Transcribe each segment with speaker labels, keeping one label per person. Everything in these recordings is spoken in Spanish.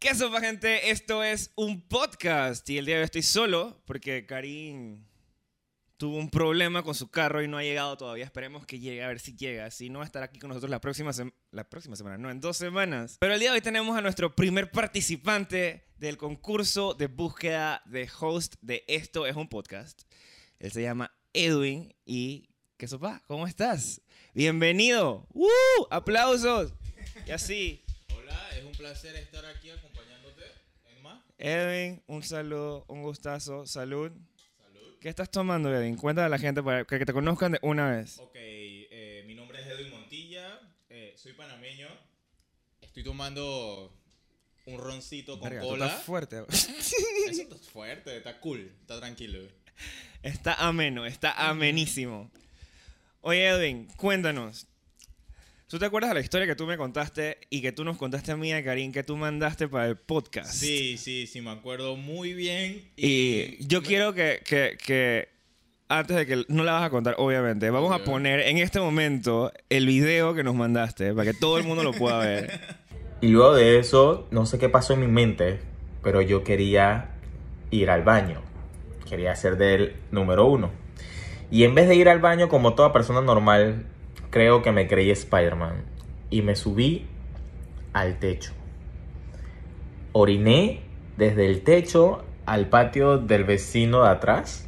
Speaker 1: Eso, pa' gente, esto es un podcast y el día de hoy estoy solo porque Karim tuvo un problema con su carro y no ha llegado todavía. Esperemos que llegue, a ver si llega. Si no, va a estar aquí con nosotros la próxima, sem- la próxima semana, no, en dos semanas. Pero el día de hoy tenemos a nuestro primer participante del concurso de búsqueda de host de Esto es un podcast. Él se llama Edwin y... ¿Qué sopa? ¿Cómo estás? Bienvenido. ¡Uh! ¡Aplausos! Y así...
Speaker 2: Hola, es un placer estar aquí acompañándote. En más,
Speaker 1: Edwin, un saludo, un gustazo, salud.
Speaker 2: salud.
Speaker 1: ¿Qué estás tomando, Edwin? Cuéntale a la gente para que te conozcan de una vez.
Speaker 2: Ok, eh, mi nombre es Edwin Montilla, eh, soy panameño. Estoy tomando un roncito con
Speaker 1: Verga, tú
Speaker 2: cola.
Speaker 1: estás fuerte.
Speaker 2: Eso está fuerte, está cool, está tranquilo.
Speaker 1: Está ameno, está amenísimo. Oye, Edwin, cuéntanos. ¿Tú te acuerdas de la historia que tú me contaste y que tú nos contaste a mí, a Karim, que tú mandaste para el podcast?
Speaker 2: Sí, sí, sí, me acuerdo muy bien.
Speaker 1: Y yo
Speaker 2: me-
Speaker 1: quiero que, que- que antes de que no la vas a contar, obviamente, vamos a
Speaker 2: Ya.
Speaker 1: poner en este momento el video que nos mandaste para que todo el mundo lo pueda ver.
Speaker 3: Y luego de eso, no sé qué pasó en mi mente, pero yo quería ir al baño. Quería ser del número uno. Y en vez de ir al baño como toda persona normal, creo que me creí Spider-Man. Y me subí al techo. Oriné desde el techo al patio del vecino de atrás.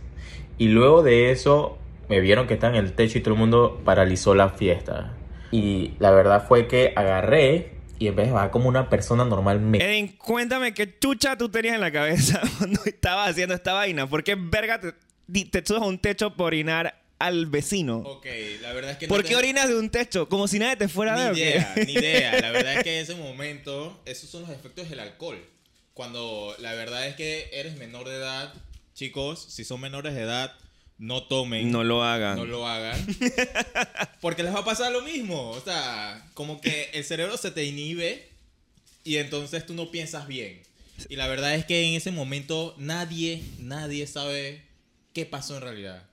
Speaker 3: Y luego de eso me vieron que estaba en el techo y todo el mundo paralizó la fiesta. Y la verdad fue que agarré y en vez de bajar como una persona normal me
Speaker 1: Edwin, cuéntame qué chucha tú tenías en la cabeza cuando estabas haciendo esta vaina. ¿Por qué verga te, di- te subes a un techo por orinar al vecino?
Speaker 2: Ok, la verdad es que... no
Speaker 1: ¿Por qué
Speaker 2: tengo-
Speaker 1: orinas de un techo? Como si nadie te fuera a ver.
Speaker 2: Ni
Speaker 1: ¿o qué?
Speaker 2: idea, ni idea. La verdad es que en ese momento, esos son los efectos del alcohol. Cuando la verdad es que eres menor de edad, chicos, si son menores de edad, no tomen.
Speaker 1: No lo hagan.
Speaker 2: No lo hagan. Porque les va a pasar lo mismo. O sea, como que el cerebro se te inhibe y entonces tú no piensas bien. Y la verdad es que en ese momento nadie, nadie sabe qué pasó en realidad.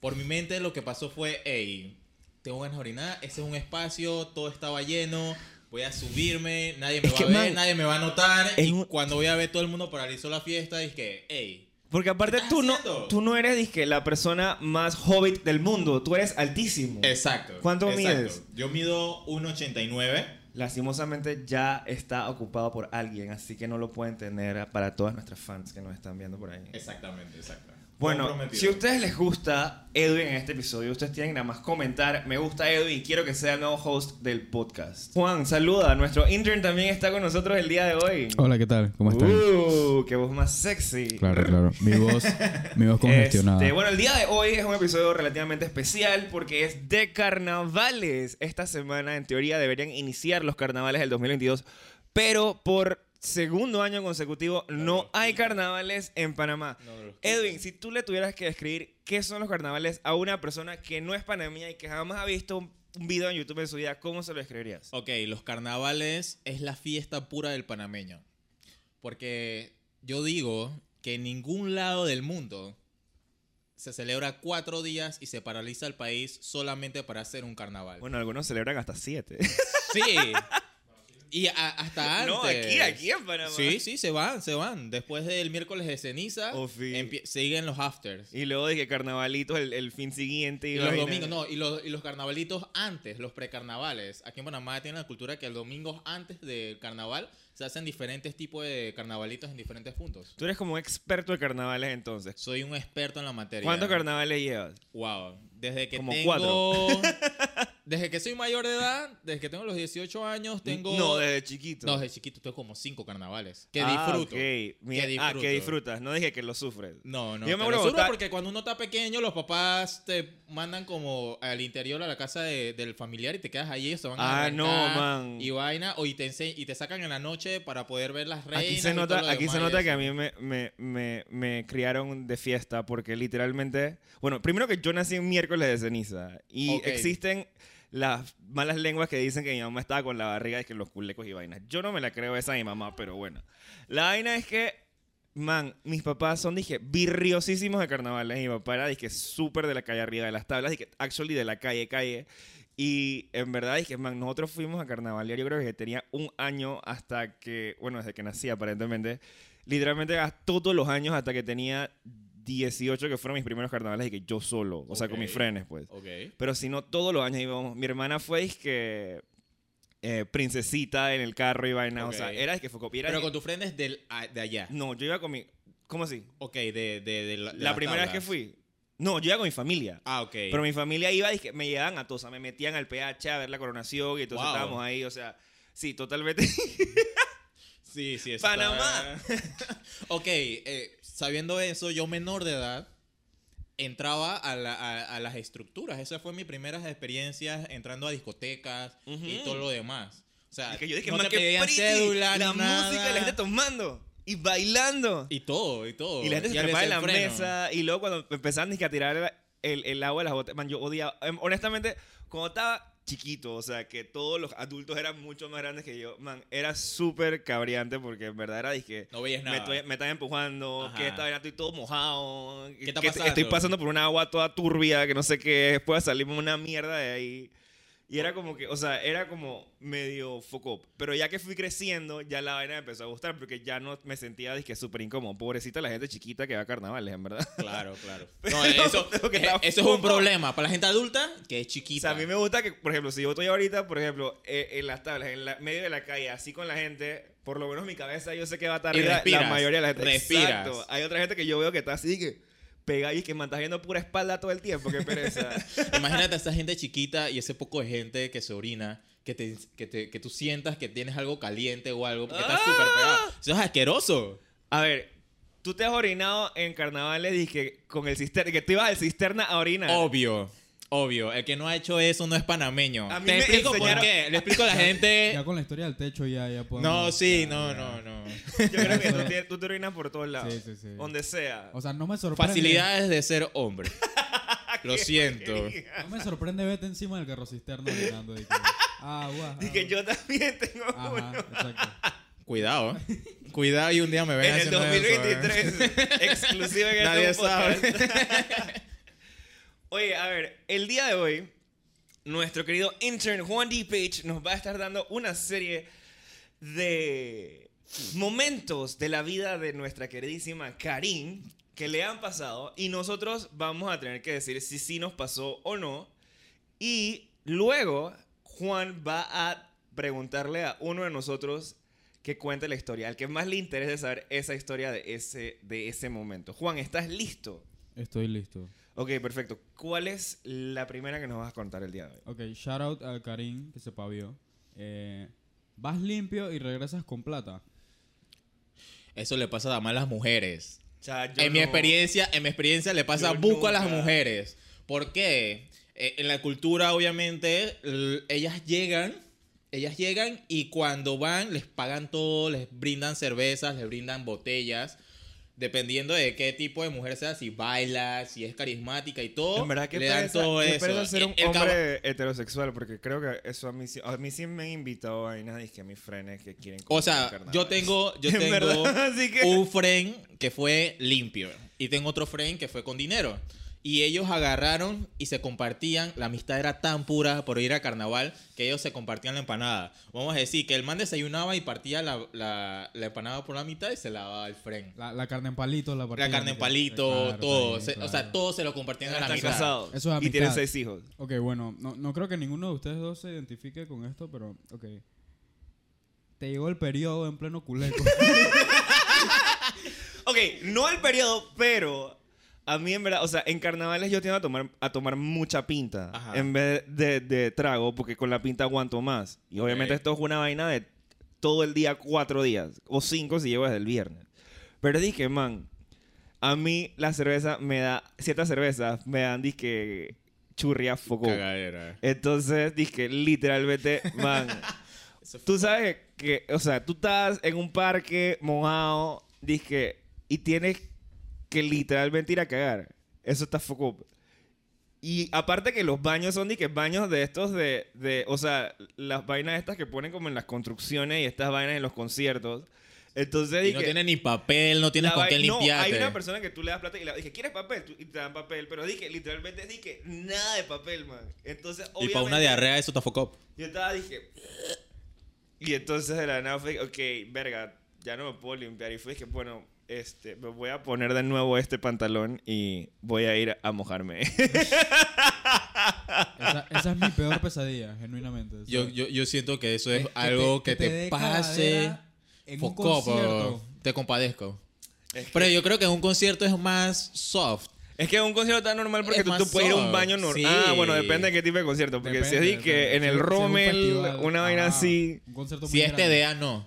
Speaker 2: Por mi mente lo que pasó fue, hey, tengo ganas de orinar, ese es un espacio, todo estaba lleno, voy a subirme, nadie me
Speaker 1: Es
Speaker 2: va
Speaker 1: que,
Speaker 2: a ver,
Speaker 1: man,
Speaker 2: nadie me va a notar.
Speaker 1: es
Speaker 2: Y
Speaker 1: un-
Speaker 2: cuando voy a ver todo el mundo paralizó la fiesta y es que, hey,
Speaker 1: Porque aparte
Speaker 2: ¿Qué estás
Speaker 1: tú no,
Speaker 2: haciendo?
Speaker 1: tú no eres dizque, la persona más hobbit del mundo. Tú eres altísimo.
Speaker 2: exacto.
Speaker 1: ¿Cuánto
Speaker 2: exacto.
Speaker 1: mides?
Speaker 2: Yo mido 1,89.
Speaker 1: Lastimosamente ya está ocupado por alguien, así que no lo pueden tener para todas nuestras fans que nos están viendo por ahí.
Speaker 2: Exactamente, exactamente.
Speaker 1: Bueno,
Speaker 2: Comprometido.
Speaker 1: si a ustedes les gusta Edwin en este episodio, ustedes tienen nada más comentar, me gusta Edwin y quiero que sea el nuevo host del podcast. Juan, saluda, nuestro intern también está con nosotros el día de hoy.
Speaker 4: Hola, ¿qué tal? ¿Cómo están?
Speaker 1: Uh, qué voz más sexy.
Speaker 4: Claro, claro. Mi voz, mi voz congestionada.
Speaker 1: Este, bueno, el día de hoy es un episodio relativamente especial porque es de carnavales. Esta semana, en teoría, deberían iniciar los carnavales del 2022, pero por segundo año consecutivo no hay carnavales en Panamá.
Speaker 2: No, no, no.
Speaker 1: Edwin, si tú le tuvieras que describir qué son los carnavales a una persona que no es panameña y que jamás ha visto un un video en YouTube en su vida, ¿cómo se lo describirías?
Speaker 2: Ok, los carnavales es la fiesta pura del panameño. Porque yo digo que en ningún lado del mundo se celebra cuatro días y se paraliza el país solamente para hacer un carnaval.
Speaker 1: Bueno, algunos celebran hasta siete.
Speaker 2: Sí. Y a- hasta antes.
Speaker 1: No, aquí, aquí en Panamá.
Speaker 2: Sí, sí, se van, se van. Después del miércoles de ceniza,
Speaker 1: Ofi.
Speaker 2: empie- siguen los afters.
Speaker 1: Y luego dije carnavalitos el, el fin siguiente. Y,
Speaker 2: Y los
Speaker 1: vaina.
Speaker 2: domingos, no, y los, y los carnavalitos antes, los precarnavales. Aquí en Panamá tienen la cultura que el domingo antes del carnaval se hacen diferentes tipos de carnavalitos en diferentes puntos.
Speaker 1: Tú eres como un experto de carnavales entonces.
Speaker 2: Soy un experto en la materia.
Speaker 1: ¿Cuántos carnavales llevas?
Speaker 2: Wow. Desde que
Speaker 1: Como
Speaker 2: tengo... desde que soy mayor de edad, desde que tengo los 18 años, tengo...
Speaker 1: No, desde chiquito.
Speaker 2: No, desde chiquito tengo como cinco carnavales. Que
Speaker 1: Ah,
Speaker 2: disfruto.
Speaker 1: ok. Mira-
Speaker 2: Que
Speaker 1: Ah, que
Speaker 2: disfruto.
Speaker 1: disfrutas. No dije que lo sufres.
Speaker 2: No, no.
Speaker 1: Yo me
Speaker 2: te lo
Speaker 1: acuerdo
Speaker 2: juro,
Speaker 1: ta-
Speaker 2: porque cuando uno está pequeño, los papás te mandan como al interior a la casa de- del familiar y te quedas ahí, ellos te van a
Speaker 1: Ah, no,
Speaker 2: arrancar
Speaker 1: man.
Speaker 2: Y vaina, o y te, ense- y te sacan en la noche para poder ver las reinas.
Speaker 1: Aquí
Speaker 2: y
Speaker 1: se
Speaker 2: todo
Speaker 1: nota,
Speaker 2: lo
Speaker 1: aquí se
Speaker 2: demás y
Speaker 1: nota que a
Speaker 2: eso.
Speaker 1: mí me, me, me, me criaron de fiesta porque literalmente... Bueno, primero que yo nací en miércoles de ceniza y
Speaker 2: Ok.
Speaker 1: existen las malas lenguas que dicen que mi mamá estaba con la barriga y que los culecos y vainas. Yo no me la creo esa de mi mamá, pero bueno. La vaina es que, man, mis papás son, dije, virriosísimos de carnavales. Mi papá era, dije, súper de la calle arriba de las tablas, dije, actually de la calle, calle. Y en verdad es que man, nosotros fuimos a Carnavalia, yo creo que tenía un año hasta que, bueno, desde que nací aparentemente, literalmente a todos los años hasta que tenía 18, que fueron mis primeros carnavales y que yo solo, o sea, con mis
Speaker 2: Ok.
Speaker 1: frenes, pues.
Speaker 2: Ok.
Speaker 1: Pero si no, todos los años íbamos. Mi hermana fue, es que, eh, princesita en el carro y vaina,
Speaker 2: Ok.
Speaker 1: o sea, era es que fue copiar.
Speaker 2: Pero con tus frenes del, a- de allá.
Speaker 1: No, yo iba con mi... ¿Cómo así?
Speaker 2: Ok, de, de, de la, de
Speaker 1: la
Speaker 2: las
Speaker 1: primera vez que
Speaker 2: tablas.
Speaker 1: fui. No, yo iba con mi familia.
Speaker 2: Ah, ok.
Speaker 1: Pero mi familia iba y me llevaban a todos, o sea, me metían al PH a ver la coronación y entonces
Speaker 2: Wow.
Speaker 1: estábamos ahí, o sea, sí, totalmente.
Speaker 2: Sí, sí, eso
Speaker 1: Panamá.
Speaker 2: está- ok, eh, sabiendo eso, yo menor de edad entraba a, la- a- a las estructuras. Esa fue mi primera experiencia entrando a discotecas y
Speaker 1: Ujú.
Speaker 2: todo lo demás. O sea,
Speaker 1: Y que yo dije,
Speaker 2: no
Speaker 1: "Man,
Speaker 2: te
Speaker 1: qué
Speaker 2: pedían
Speaker 1: pretty,
Speaker 2: cédula,
Speaker 1: la
Speaker 2: ni nada.
Speaker 1: música la gente tomando y bailando. Y,
Speaker 2: y todo, y todo.
Speaker 1: la gente se
Speaker 2: al
Speaker 1: trepaba en la
Speaker 2: desenfreno.
Speaker 1: mesa y luego cuando empezaban dizque, a tirar el, el agua de las botellas, man, yo odiaba, em, honestamente, cuando estaba chiquito, o sea, que todos los adultos eran mucho más grandes que yo, man, era súper cabreante porque en verdad era, dije,
Speaker 2: No veías
Speaker 1: me,
Speaker 2: nada.
Speaker 1: estoy- me están empujando,
Speaker 2: Ajá.
Speaker 1: que esta vaina estoy todo mojado,
Speaker 2: ¿Qué está
Speaker 1: que
Speaker 2: pasando?
Speaker 1: estoy pasando por una agua toda turbia, que no sé qué, es, pueda salirme una mierda de ahí. Y era como que, o sea, era como medio foco. Pero ya que fui creciendo, ya la vaina me empezó a gustar porque ya no me sentía dizque súper incómodo. Pobrecita la gente chiquita que va a carnavales, en verdad.
Speaker 2: Claro, claro.
Speaker 1: Pero
Speaker 2: No, eso,
Speaker 1: tengo que
Speaker 2: eh,
Speaker 1: estar
Speaker 2: eso es un
Speaker 1: poco-
Speaker 2: problema. Para la gente adulta, que es
Speaker 1: O
Speaker 2: chiquita.
Speaker 1: sea, a mí me gusta que, por ejemplo, si yo estoy ahorita, por ejemplo, eh, en las tablas, en la, medio de la calle, así con la gente, por lo menos mi cabeza yo sé que va a estar
Speaker 2: Y
Speaker 1: arriba la
Speaker 2: respiras,
Speaker 1: mayoría de la gente.
Speaker 2: respiras.
Speaker 1: Exacto. Hay otra gente que yo veo que está así que pega y que me está viendo pura espalda todo el tiempo, qué pereza.
Speaker 2: Imagínate a esa gente chiquita y ese poco de gente que se orina, que, te, que, te- que tú sientas que tienes algo caliente o algo, porque estás súper pegado. Eso es asqueroso.
Speaker 1: Ah. a ver, tú te has orinado en carnavales y que con el cisterna, que tú ibas al cisterna a orinar.
Speaker 2: Obvio, obvio. El que no ha hecho eso no es panameño.
Speaker 1: A mí
Speaker 2: Te
Speaker 1: me
Speaker 2: explico
Speaker 1: enseñaron-
Speaker 2: por qué. Le explico a la gente.
Speaker 4: Ya con la historia del techo ya, ya podemos.
Speaker 2: No, sí,
Speaker 4: ya,
Speaker 2: no,
Speaker 4: ya.
Speaker 2: no, no.
Speaker 1: Yo creo que tú, te- tú te orinas por todos lados.
Speaker 4: Sí, sí, sí.
Speaker 1: Donde sea.
Speaker 4: O sea, no me sorprende.
Speaker 2: Facilidades de ser hombre. Lo siento.
Speaker 4: No me sorprende verte encima del carro cisterna orinando. de que, Ah, Agua.
Speaker 1: y que
Speaker 4: agua.
Speaker 1: yo también tengo
Speaker 4: Ajá,
Speaker 1: uno.
Speaker 4: exacto.
Speaker 2: Cuidado. Cuidado y un día me ven
Speaker 1: En el
Speaker 2: haciendo eso, ¿eh?
Speaker 1: 2023, exclusivo en
Speaker 2: Nadie
Speaker 1: este
Speaker 2: sabe.
Speaker 1: podcast. Oye, a ver, el día de hoy, nuestro querido intern Juan D. Page nos va a estar dando una serie de momentos de la vida de nuestra queridísima Karim que le han pasado y nosotros vamos a tener que decir si sí nos pasó o no. Y luego Juan va a preguntarle a uno de nosotros que cuente la historia, al que más le interese saber esa historia de ese, de ese momento. Juan, ¿estás listo?
Speaker 4: Estoy listo.
Speaker 1: Ok, perfecto. ¿Cuál es la primera que nos vas a contar el día de hoy?
Speaker 4: Ok, shout out a Karim, que se pavió. Eh, vas limpio y regresas con plata.
Speaker 2: Eso le pasa a malas mujeres.
Speaker 1: O sea, yo
Speaker 2: en mi
Speaker 1: no-
Speaker 2: experiencia, en mi experiencia le pasa
Speaker 1: Yo
Speaker 2: buco a las
Speaker 1: nunca.
Speaker 2: mujeres. ¿Por qué? Eh, en la cultura, obviamente, l- ellas llegan, ellas llegan y cuando van les pagan todo, les brindan cervezas, les brindan botellas. Dependiendo de qué tipo de mujer sea, si baila, si es carismática y todo,
Speaker 1: En verdad que
Speaker 2: le dan todo
Speaker 1: qué
Speaker 2: eso. Eh,
Speaker 1: pereza ser un
Speaker 2: El- el caba-
Speaker 1: hombre heterosexual, porque creo que eso a mí, sí- a mí sí me han invitado vainas y que a mis frenes que quieren
Speaker 2: O
Speaker 1: comer en
Speaker 2: sea,
Speaker 1: carnavales.
Speaker 2: yo tengo, yo
Speaker 1: En
Speaker 2: tengo
Speaker 1: verdad, así que-
Speaker 2: un friend que fue limpio y tengo otro friend que fue con dinero. Y ellos agarraron y se compartían. La amistad era tan pura por ir a carnaval que ellos se compartían la empanada. Vamos a decir que el man desayunaba y partía la, la- la empanada por la mitad y se la daba al friend.
Speaker 4: La, la carne en palito, la
Speaker 2: La
Speaker 4: partida,
Speaker 2: carne en
Speaker 4: ¿no?
Speaker 2: palito,
Speaker 4: Claro,
Speaker 2: todo.
Speaker 4: también,
Speaker 2: Se- O
Speaker 4: claro.
Speaker 2: sea, todo se lo compartían a la
Speaker 1: Están
Speaker 2: mitad.
Speaker 1: casados
Speaker 4: Eso es
Speaker 1: y tienen
Speaker 4: amistad.
Speaker 1: seis hijos.
Speaker 4: Ok, bueno, no, no creo que ninguno de ustedes dos se identifique con esto, pero ok. Te llegó el periodo en pleno culeco.
Speaker 1: Ok, no el periodo, pero a mí en verdad, o sea, en carnavales yo tiendo a tomar, a tomar mucha pinta
Speaker 2: Ajá.
Speaker 1: en vez de, de trago, porque con la pinta aguanto más. Y obviamente
Speaker 2: Ok.
Speaker 1: esto es una vaina de todo el día, cuatro días, o cinco si llevo desde el viernes. Pero dije, man, a mí la cerveza me da, ciertas cervezas me dan, dije, churria foco.
Speaker 2: Cagadera.
Speaker 1: Entonces, dije, literalmente, man.
Speaker 2: Eso fue-
Speaker 1: Tú sabes que, o sea, tú estás en un parque mojado, disque, y tienes que literalmente ir a cagar. Eso está foco. Y aparte que los baños son disque baños de estos de, de, o sea, las vainas estas que ponen como en las construcciones y estas vainas en los conciertos. Entonces
Speaker 2: Y
Speaker 1: dije...
Speaker 2: no tienes ni papel, no tienes
Speaker 1: la
Speaker 2: con
Speaker 1: vai-
Speaker 2: qué limpiarte.
Speaker 1: No, hay una persona que tú le das plata y le dije, ¿quieres papel? Tú- Y te dan papel. Pero dije, literalmente dije, nada de papel, man. Entonces,
Speaker 2: y para una
Speaker 1: obviamente,
Speaker 2: diarrea eso te focó.
Speaker 1: Yo estaba, dije... Y entonces de la nada fue, ok, verga, ya no me puedo limpiar. Y fue, dije, bueno, este, me voy a poner de nuevo este pantalón y voy a ir a mojarme.
Speaker 4: Esa, esa es mi peor pesadilla, genuinamente. o sea,
Speaker 2: Yo, yo, yo siento que eso es,
Speaker 4: que
Speaker 2: algo que, te,
Speaker 4: dé
Speaker 2: pase.
Speaker 4: caladera En un
Speaker 2: Focó,
Speaker 4: concierto.
Speaker 2: bro. Te compadezco.
Speaker 1: Es que-
Speaker 2: Pero yo creo que en un concierto es más soft.
Speaker 1: Es que un concierto tan normal porque
Speaker 2: Es
Speaker 1: tú,
Speaker 2: más
Speaker 1: tú puedes ir a un
Speaker 2: suave,
Speaker 1: baño normal.
Speaker 2: sí.
Speaker 1: Ah, bueno, depende de qué tipo de concierto. Porque si es
Speaker 4: Depende,
Speaker 1: de que
Speaker 4: depende.
Speaker 1: en
Speaker 4: Si-
Speaker 1: el
Speaker 4: si es un
Speaker 1: Rommel,
Speaker 4: festival,
Speaker 1: una vaina
Speaker 4: ajá,
Speaker 1: así,
Speaker 4: un concierto
Speaker 2: Si
Speaker 4: muy
Speaker 2: es
Speaker 4: grande.
Speaker 2: TDA, no.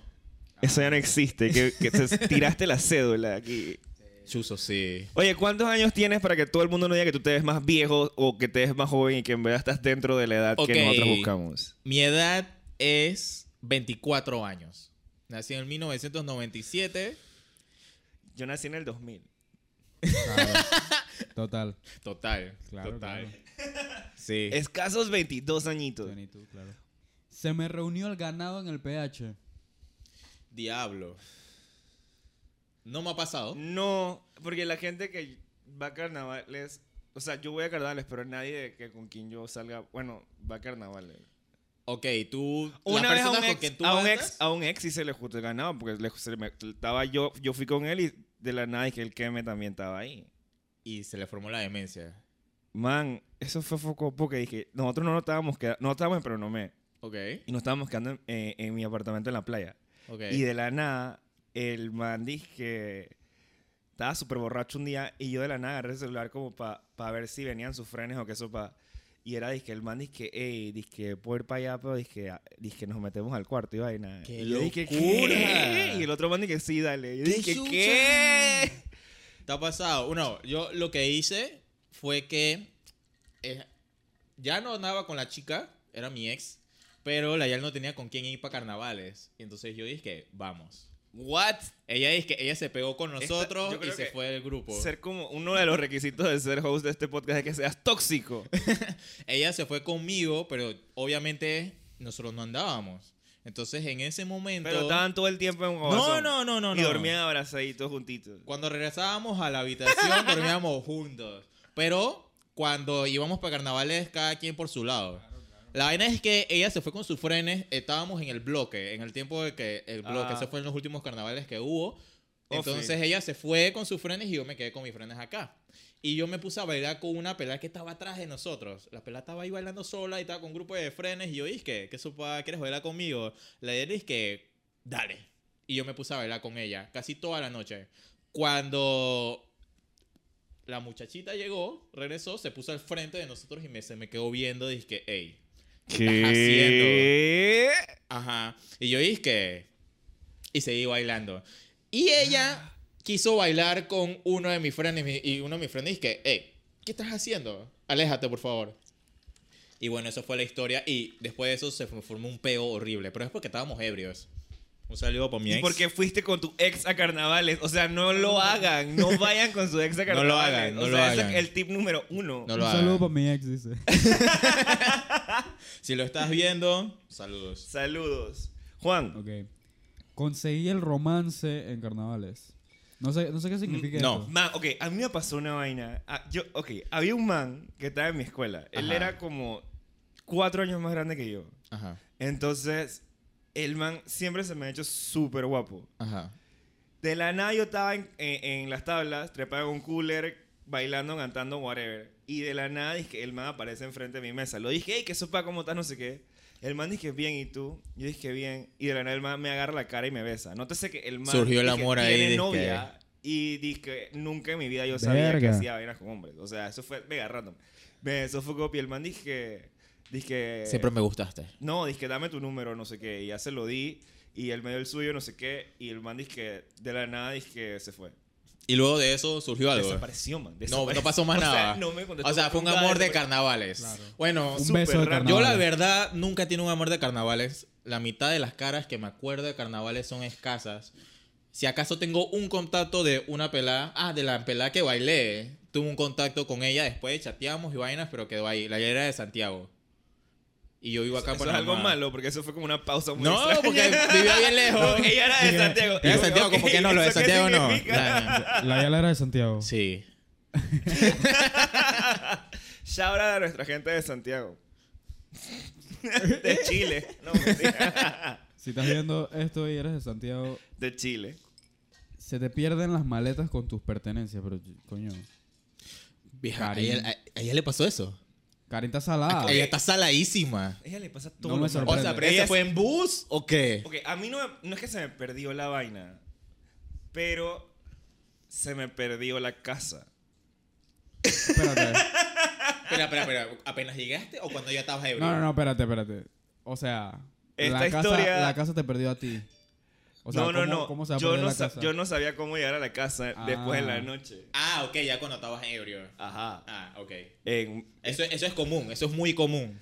Speaker 1: eso ya no existe. Que, que te tiraste la cédula aquí.
Speaker 2: Chuzo, sí.
Speaker 1: Oye, ¿cuántos años tienes para que todo el mundo no diga que tú te ves más viejo o que te ves más joven y que en verdad estás dentro de la edad
Speaker 2: Ok.
Speaker 1: que nosotros buscamos?
Speaker 2: Mi edad es 24 años. Nací en el 1997.
Speaker 1: Yo nací en el 2000.
Speaker 4: Claro. Total.
Speaker 2: Total.
Speaker 4: Claro,
Speaker 2: total.
Speaker 4: claro.
Speaker 2: Sí.
Speaker 1: Escasos 22 añitos.
Speaker 4: Johnny, tú, claro. Se me reunió el ganado en el PH.
Speaker 2: Diablo. No me ha pasado.
Speaker 1: Mm. No, porque la gente que va a carnavales, o sea, yo voy a carnavales, pero nadie que con quien yo salga, bueno, va a carnavales.
Speaker 2: Ok, tú.
Speaker 1: Una
Speaker 2: las
Speaker 1: vez a
Speaker 2: personas
Speaker 1: un,
Speaker 2: con quien
Speaker 1: ex,
Speaker 2: tú
Speaker 1: a, un
Speaker 2: andas-
Speaker 1: ex, a un ex sí se le justo el ganado, porque le- se me- estaba yo, yo fui con él y de la nada que el Keme también estaba ahí.
Speaker 2: Y se le formó la demencia.
Speaker 1: Man, eso fue foco porque dije, nosotros no nos estábamos quedando, no estábamos en Pronomé,
Speaker 2: Ok.
Speaker 1: y nos estábamos quedando en, eh, en mi apartamento en la playa.
Speaker 2: Ok.
Speaker 1: Y de la nada, el man dice que estaba súper borracho un día y yo de la nada agarré el celular como para ver si venían sus frenes o que eso pa Y era, dizque, el man dizque, ey, dizque, puedo ir para allá, pero dizque, ah, dizque, nos metemos al cuarto y vaina.
Speaker 2: ¡Qué
Speaker 1: y yo dizque,
Speaker 2: locura!
Speaker 1: ¿qué? Y el otro man dizque, sí, dale. Y yo
Speaker 2: ¡Qué
Speaker 1: dizque,
Speaker 2: chucha!
Speaker 1: ¿qué?
Speaker 2: ¿Te ha pasado? Bueno, yo lo que hice fue que eh, ya no andaba con la chica, era mi ex, pero la Yal no tenía con quién ir para carnavales. Y entonces yo dije, que, vamos.
Speaker 1: What?
Speaker 2: Ella dije, ella se pegó con
Speaker 1: Esta-
Speaker 2: nosotros
Speaker 1: yo
Speaker 2: y
Speaker 1: creo
Speaker 2: se
Speaker 1: que
Speaker 2: fue del grupo.
Speaker 1: Ser como uno de los requisitos de ser host de este podcast es que seas tóxico.
Speaker 2: Ella se fue conmigo, pero obviamente nosotros no andábamos. Entonces en ese momento...
Speaker 1: Pero estaban todo el tiempo en un
Speaker 2: no, no, no, no,
Speaker 1: Y
Speaker 2: no.
Speaker 1: dormían abrazaditos juntitos.
Speaker 2: Cuando regresábamos a la habitación dormíamos juntos. Pero cuando íbamos para carnavales, cada quien por su lado. La vaina es que ella se fue con sus frenes, estábamos en el bloque, en el tiempo de que el bloque,
Speaker 1: Ah.
Speaker 2: se fue en los últimos carnavales que hubo.
Speaker 1: sí.
Speaker 2: Entonces ella se fue con sus frenes y yo me quedé con mis frenes acá. Y yo me puse a bailar con una pelada que estaba atrás de nosotros. La pelada estaba ahí bailando sola y estaba con un grupo de frenes. Y yo dije, ¿qué sopa? ah, ¿Quieres bailar conmigo? La idea es que, dale. Y yo me puse a bailar con ella casi toda la noche. Cuando la muchachita llegó, regresó, se puso al frente de nosotros y me, se me quedó viendo. Dije, que, hey, estás
Speaker 1: ¿Qué?
Speaker 2: ajá. Y yo dije, y seguí bailando. Y
Speaker 1: Ah.
Speaker 2: ella quiso bailar con uno de mis frenes mi- y uno de mis frenes dije, hey, ¿qué estás haciendo? Aléjate, por favor. Y bueno, eso fue la historia. Y después de eso se fu- formó un peo horrible. Pero es porque estábamos ebrios. Un saludo para mi
Speaker 1: ¿Y
Speaker 2: ex.
Speaker 1: por qué fuiste con tu ex a carnavales? O sea, no lo hagan. No vayan con su ex a
Speaker 2: No
Speaker 1: carnavales.
Speaker 2: lo hagan, no
Speaker 1: o
Speaker 2: lo
Speaker 1: sea, ese
Speaker 2: hagan.
Speaker 1: es el tip número uno.
Speaker 2: No
Speaker 4: Un
Speaker 2: lo hagan.
Speaker 4: saludo para mi ex, dice.
Speaker 2: Si lo estás viendo, saludos.
Speaker 1: Saludos. Juan,
Speaker 4: Ok. Conseguí el romance en carnavales. No sé, no sé qué significa
Speaker 2: Mm, no.
Speaker 4: esto.
Speaker 1: man, ok, a mí me pasó una vaina. Ah, yo, ok, había un man que estaba en mi escuela. Él
Speaker 2: Ajá.
Speaker 1: era como cuatro años más grande que yo.
Speaker 2: Ajá,
Speaker 1: Entonces, el man siempre se me ha hecho súper guapo.
Speaker 2: ajá.
Speaker 1: De la nada yo estaba en, en- en las tablas, trepado en un cooler, bailando, cantando, whatever. Y de la nada dizque, el man aparece enfrente de mi mesa. Lo dije, hey, qué sopa, cómo estás, no sé qué. El man dije, bien, ¿y tú? Yo dije, bien. Y de la nada el man me agarra la cara y me besa. Nótese que el man
Speaker 2: Surgió el
Speaker 1: dizque,
Speaker 2: amor ahí,
Speaker 1: tiene
Speaker 2: dizque.
Speaker 1: novia. Y dije, nunca en mi vida yo sabía que
Speaker 4: Verga.
Speaker 1: hacía vainas con hombres. O sea, eso fue mega random. Me sofocó y el man dije, dije...
Speaker 2: Siempre me gustaste.
Speaker 1: No, dizque dame tu número, no sé qué. Y ya se lo di. Y él me dio el suyo, no sé qué. Y el man dizque de la nada dizque se fue.
Speaker 2: Y luego de eso surgió algo.
Speaker 1: Desapareció, man.
Speaker 2: No, no
Speaker 1: desapareció.
Speaker 2: pasó más
Speaker 1: O sea,
Speaker 2: nada.
Speaker 1: no me contestó
Speaker 2: O sea, fue un
Speaker 1: nunca
Speaker 2: amor de
Speaker 1: desapare-
Speaker 2: carnavales.
Speaker 4: Claro.
Speaker 2: Bueno,
Speaker 4: Un
Speaker 1: Súper
Speaker 4: beso de
Speaker 1: raro.
Speaker 4: carnavales.
Speaker 2: yo la verdad nunca tiene un amor de carnavales. La mitad de las caras que me acuerdo de carnavales son escasas. Si acaso tengo un contacto de una pelada, ah, de la pelada que bailé, tuve un contacto con ella, después chateamos y vainas, pero quedó ahí. La ella era de Santiago. Y yo vivo acá
Speaker 1: Eso
Speaker 2: en
Speaker 1: es algo
Speaker 2: Panamá.
Speaker 1: malo, porque eso fue como una pausa muy
Speaker 2: No,
Speaker 1: extraña.
Speaker 2: porque vivía bien lejos.
Speaker 1: Ella era de Santiago.
Speaker 2: Era de Santiago,
Speaker 1: Ok,
Speaker 2: como que no, lo de
Speaker 1: ¿eso qué
Speaker 2: Santiago no.
Speaker 1: significa?
Speaker 2: Nah,
Speaker 4: La Yala era de Santiago.
Speaker 2: Sí.
Speaker 1: Shout out a nuestra gente de Santiago. de Chile. No, mentira.
Speaker 4: Si estás viendo esto y eres de Santiago,
Speaker 1: De Chile.
Speaker 4: se te pierden las maletas con tus pertenencias, pero coño.
Speaker 2: Vieja, a
Speaker 4: Karin.
Speaker 2: ella, a- a ella le pasó eso.
Speaker 4: Carita salada.
Speaker 1: eh.
Speaker 2: Ella está saladísima.
Speaker 1: Ella le pasa todo.
Speaker 4: todo me lo malo.
Speaker 2: Ah. O
Speaker 4: sorprende.
Speaker 2: sea, pero
Speaker 1: Ella
Speaker 2: ella
Speaker 1: es-
Speaker 2: fue en bus o qué?
Speaker 1: Ok, a mí no, me- no es que se me perdió la vaina, pero se me perdió la casa.
Speaker 4: Espérate.
Speaker 2: Espera, espera, espera. ¿Apenas llegaste o cuando ya estabas ebrio?
Speaker 4: No, no, no, espérate, espérate. O sea,
Speaker 1: Esta
Speaker 4: la, casa,
Speaker 1: historia-
Speaker 4: la casa te perdió a ti. O sea,
Speaker 1: no, no,
Speaker 4: ¿cómo-
Speaker 1: no.
Speaker 4: ¿cómo se va a
Speaker 1: yo,
Speaker 4: perder
Speaker 1: no
Speaker 4: la
Speaker 1: sa-
Speaker 4: casa?
Speaker 1: yo no sabía cómo llegar a la casa
Speaker 4: Ah.
Speaker 1: después de la noche.
Speaker 2: Ah, ok, ya cuando estabas ebrio.
Speaker 1: Ajá.
Speaker 2: Ah, ok.
Speaker 1: En-
Speaker 2: Eso, eso es común, eso es muy común.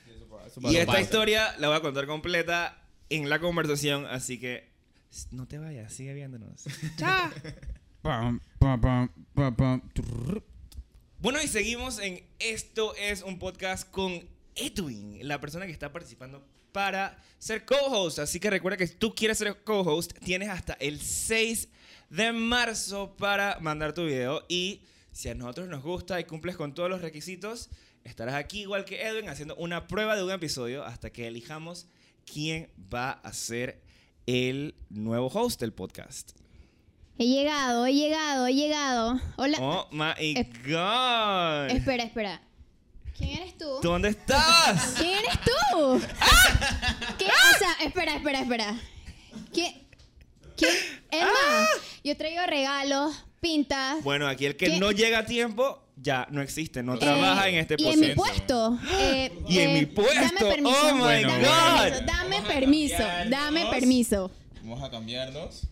Speaker 1: y esta
Speaker 2: pasa.
Speaker 1: historia la voy a contar completa en la conversación, así que s- no te vayas, sigue viéndonos. Chao.
Speaker 4: Pam, pam, pam, pam, pam, turr.
Speaker 1: Bueno, y seguimos en Esto es un podcast con Edwin, la persona que está participando para ser co-host. Así que recuerda que si tú quieres ser co-host, tienes hasta el 6 de marzo para mandar tu video. Y si a nosotros nos gusta y cumples con todos los requisitos, estarás aquí igual que Edwin haciendo una prueba de un episodio hasta que elijamos quién va a ser el nuevo host del podcast.
Speaker 5: He llegado, he llegado, he llegado. Hola.
Speaker 1: Oh my
Speaker 5: Es-
Speaker 1: god.
Speaker 5: Espera, espera. ¿Quién eres tú?
Speaker 1: ¿Dónde estás?
Speaker 5: ¿Quién eres tú? ¿Qué? O sea, espera, espera, espera. ¿Quién? ¿Quién? Es más, yo traigo regalos, pintas.
Speaker 1: Ah. Bueno, aquí el que
Speaker 5: ¿Qué?
Speaker 1: no llega a tiempo ya no existe, no
Speaker 5: eh,
Speaker 1: trabaja en este
Speaker 5: Y
Speaker 1: podcast.
Speaker 5: en mi puesto. eh,
Speaker 1: Y en
Speaker 5: eh,
Speaker 1: mi puesto,
Speaker 5: Dame permiso.
Speaker 1: oh my
Speaker 5: dame
Speaker 1: God.
Speaker 5: permiso, dame permiso. Dame
Speaker 2: Vamos.
Speaker 5: permiso.
Speaker 2: Vamos a cambiarnos.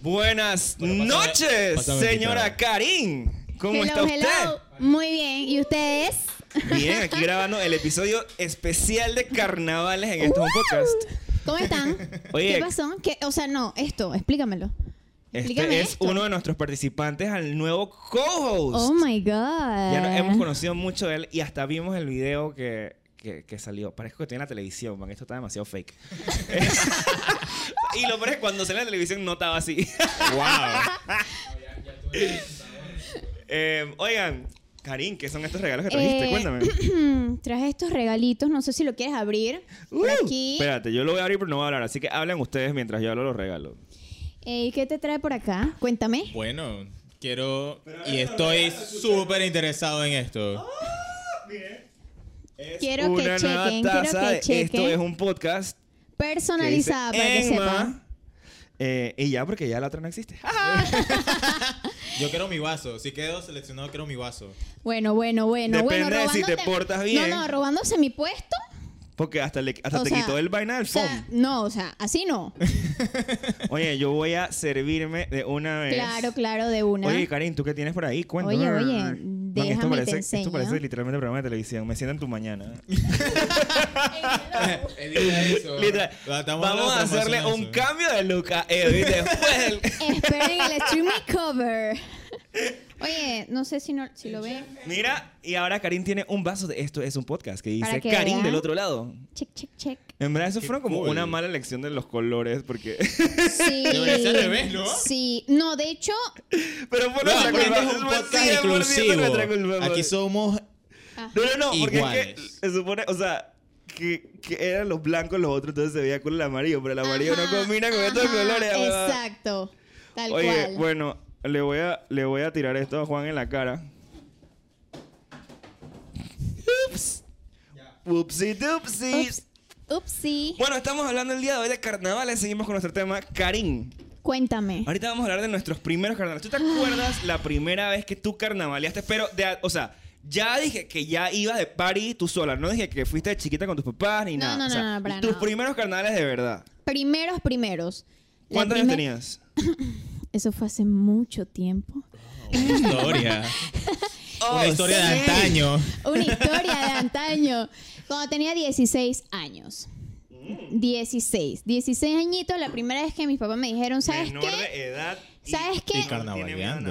Speaker 1: Buenas
Speaker 2: Bueno, pásame-
Speaker 1: noches,
Speaker 2: pásame el
Speaker 1: señora
Speaker 2: micrófono.
Speaker 1: Karin. ¿Cómo
Speaker 5: Hello,
Speaker 1: está usted?
Speaker 5: hello. Muy bien. ¿Y ustedes?
Speaker 1: Bien, aquí grabando el episodio especial de carnavales en
Speaker 5: Uh.
Speaker 1: este podcast.
Speaker 5: ¿Cómo están?
Speaker 1: Oye,
Speaker 5: ¿Qué pasó? ¿Qué- O sea, no, esto, explícamelo.
Speaker 1: Este
Speaker 5: Explícame
Speaker 1: es
Speaker 5: esto.
Speaker 1: uno de nuestros participantes al nuevo co-host.
Speaker 5: Oh my God.
Speaker 1: ya no-
Speaker 5: Eh.
Speaker 1: hemos conocido mucho de él y hasta vimos el video que, que- que salió. Parece que estoy en la televisión, man. Esto está demasiado fake. y lo peor es que cuando salió en la televisión no estaba así. ¡Wow! Em, oigan, Karin, ¿qué son estos regalos que trajiste?
Speaker 5: Eh,
Speaker 1: Cuéntame.
Speaker 5: Traje estos regalitos, no sé si lo quieres abrir. Por
Speaker 1: Uh,
Speaker 5: aquí.
Speaker 1: Espérate, yo lo voy a abrir pero no voy a hablar. Así que hablen ustedes mientras yo hablo los regalos.
Speaker 5: Eh, ¿Qué te trae por acá? Cuéntame.
Speaker 2: Bueno, quiero y estoy súper interesado en esto.
Speaker 5: Quiero que
Speaker 1: Una nueva
Speaker 5: chequen, quiero
Speaker 1: taza
Speaker 5: que
Speaker 1: de Esto
Speaker 5: chequen.
Speaker 1: es un podcast que dice
Speaker 5: Personalizada para que
Speaker 1: Emma.
Speaker 5: sepan.
Speaker 1: Eh, y ya, porque ya la otra no existe.
Speaker 2: Yo quiero mi vaso. Si quedo seleccionado, quiero mi vaso.
Speaker 5: Bueno, bueno, bueno. bueno,
Speaker 1: Depende de si te
Speaker 5: robándote-
Speaker 1: portas bien.
Speaker 5: No, no, robándose mi puesto.
Speaker 1: Porque hasta, le- hasta
Speaker 5: O
Speaker 1: te
Speaker 5: sea,
Speaker 1: quitó el vaina del
Speaker 5: O
Speaker 1: foam.
Speaker 5: sea, no, o sea, así no.
Speaker 1: Oye, yo voy a servirme de una vez.
Speaker 5: Claro, claro, de una.
Speaker 1: Oye, Karin, ¿tú qué tienes por ahí? Cuéntame.
Speaker 5: Oye, oye,
Speaker 1: Man,
Speaker 5: déjame
Speaker 1: esto
Speaker 5: te
Speaker 1: parece,
Speaker 5: enseño.
Speaker 1: Esto parece literalmente programa de televisión. Me siento en tu mañana. Literal.
Speaker 2: Estamos hablando
Speaker 1: Vamos
Speaker 2: de
Speaker 1: a hacerle
Speaker 2: transformación,
Speaker 1: un
Speaker 2: eso.
Speaker 1: cambio de look a Edwin después del-
Speaker 5: Esperen el streaming cover. Oye, no sé si, no, si lo ven.
Speaker 1: Mira, y ahora Karin tiene un vaso de esto. Es un podcast que dice
Speaker 5: Para que
Speaker 1: Karin
Speaker 5: vean.
Speaker 1: del otro lado.
Speaker 5: Check, check, check.
Speaker 1: En verdad, eso
Speaker 2: Qué
Speaker 1: fueron como
Speaker 2: cool.
Speaker 1: una mala elección de los colores porque...
Speaker 5: Sí.
Speaker 2: Debería ser al revés, ¿no?
Speaker 5: Sí. No, de hecho,
Speaker 1: Pero fue
Speaker 2: No,
Speaker 1: nuestra
Speaker 2: porque
Speaker 1: culpa.
Speaker 2: este es un
Speaker 1: fue
Speaker 2: podcast
Speaker 1: 100% nuestra
Speaker 2: inclusivo.
Speaker 1: culpa,
Speaker 2: Aquí
Speaker 1: man.
Speaker 2: somos
Speaker 1: No, no, no, porque es que
Speaker 2: Iguales.
Speaker 1: se supone, o sea, que, que eran los blancos los otros, entonces se veía con el amarillo, pero el amarillo
Speaker 5: Ajá,
Speaker 1: no combina con estos
Speaker 5: ajá,
Speaker 1: colores. huevada.
Speaker 5: Exacto. Tal
Speaker 1: Oye,
Speaker 5: cual.
Speaker 1: bueno, le voy, a, le voy a tirar esto a Juan en la cara. Ups. Upsi doopsi.
Speaker 5: Ups, upsi.
Speaker 1: Bueno, estamos hablando el día de hoy de carnavales, seguimos con nuestro tema, Karim.
Speaker 5: Cuéntame.
Speaker 1: Ahorita vamos a hablar de nuestros primeros carnavales. ¿Tú te acuerdas la primera vez que tú carnavaleaste? Pero, de, a- o sea, ya dije que ya ibas de party tú sola. No dije que fuiste de chiquita con tus papás ni
Speaker 5: No,
Speaker 1: nada.
Speaker 5: no,
Speaker 1: O
Speaker 5: no,
Speaker 1: sea,
Speaker 5: no, para
Speaker 1: Tus
Speaker 5: nada.
Speaker 1: primeros carnavales de verdad.
Speaker 5: Primeros, primeros. La
Speaker 1: ¿Cuántos años
Speaker 5: primer-
Speaker 1: tenías?
Speaker 5: Eso fue hace mucho tiempo.
Speaker 2: una historia.
Speaker 5: Oh,
Speaker 2: una historia de antaño.
Speaker 1: Oh.
Speaker 5: Una historia de antaño. Cuando tenía 16 años.
Speaker 1: Mm.
Speaker 5: 16. 16 añitos, la primera vez que mis papás me dijeron, ¿sabes
Speaker 1: Menor
Speaker 5: qué?
Speaker 1: de edad. y-
Speaker 5: ¿Sabes qué?
Speaker 1: no
Speaker 2: Y carnavaleando.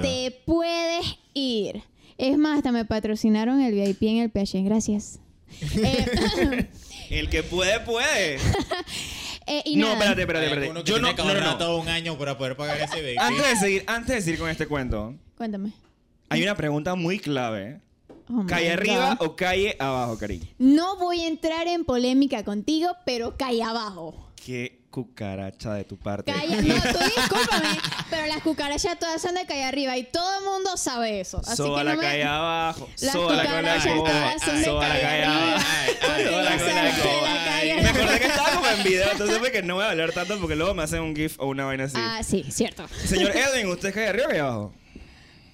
Speaker 1: tiene miedo
Speaker 5: Te puedes ir. Es más, hasta me patrocinaron el VIP en el PH. Gracias. Eh,
Speaker 1: El que puede, puede.
Speaker 5: eh, y
Speaker 1: No,
Speaker 5: nada.
Speaker 1: espérate, espérate,
Speaker 2: Hay
Speaker 1: espérate.
Speaker 2: alguno que
Speaker 1: Yo no, no,
Speaker 2: tiene
Speaker 1: no,
Speaker 2: cabrón
Speaker 1: no.
Speaker 2: todo un año para poder pagar ese baby.
Speaker 1: Antes de seguir, antes de seguir con este cuento,
Speaker 5: Cuéntame.
Speaker 1: hay una pregunta muy clave.
Speaker 5: Oh my
Speaker 1: ¿Calle arriba
Speaker 5: God.
Speaker 1: o calle abajo, Karim?
Speaker 5: No voy a entrar en polémica contigo, pero calle abajo.
Speaker 1: Qué cucaracha de tu parte.
Speaker 5: Calle, no, tú discúlpame, pero las cucarachas todas son de calle arriba y todo el mundo sabe eso. Así
Speaker 1: Soba
Speaker 5: que
Speaker 1: la
Speaker 5: no me-
Speaker 1: calle abajo,
Speaker 5: Las
Speaker 1: soba la calle
Speaker 5: cucarachas
Speaker 1: abajo,
Speaker 5: todas son de
Speaker 1: soba la
Speaker 5: calle
Speaker 1: calle
Speaker 5: arriba.
Speaker 1: abajo.
Speaker 5: porque
Speaker 1: soba la
Speaker 5: ya
Speaker 1: calle
Speaker 5: sabes
Speaker 1: abajo.
Speaker 5: de la calle
Speaker 1: Me
Speaker 5: abajo.
Speaker 1: acordé que estaba como en video, entonces fue que no voy a hablar tanto porque luego me hacen un GIF o una vaina así.
Speaker 5: Ah, sí, cierto.
Speaker 1: Señor Edwin, ¿usted es calle arriba o calle abajo?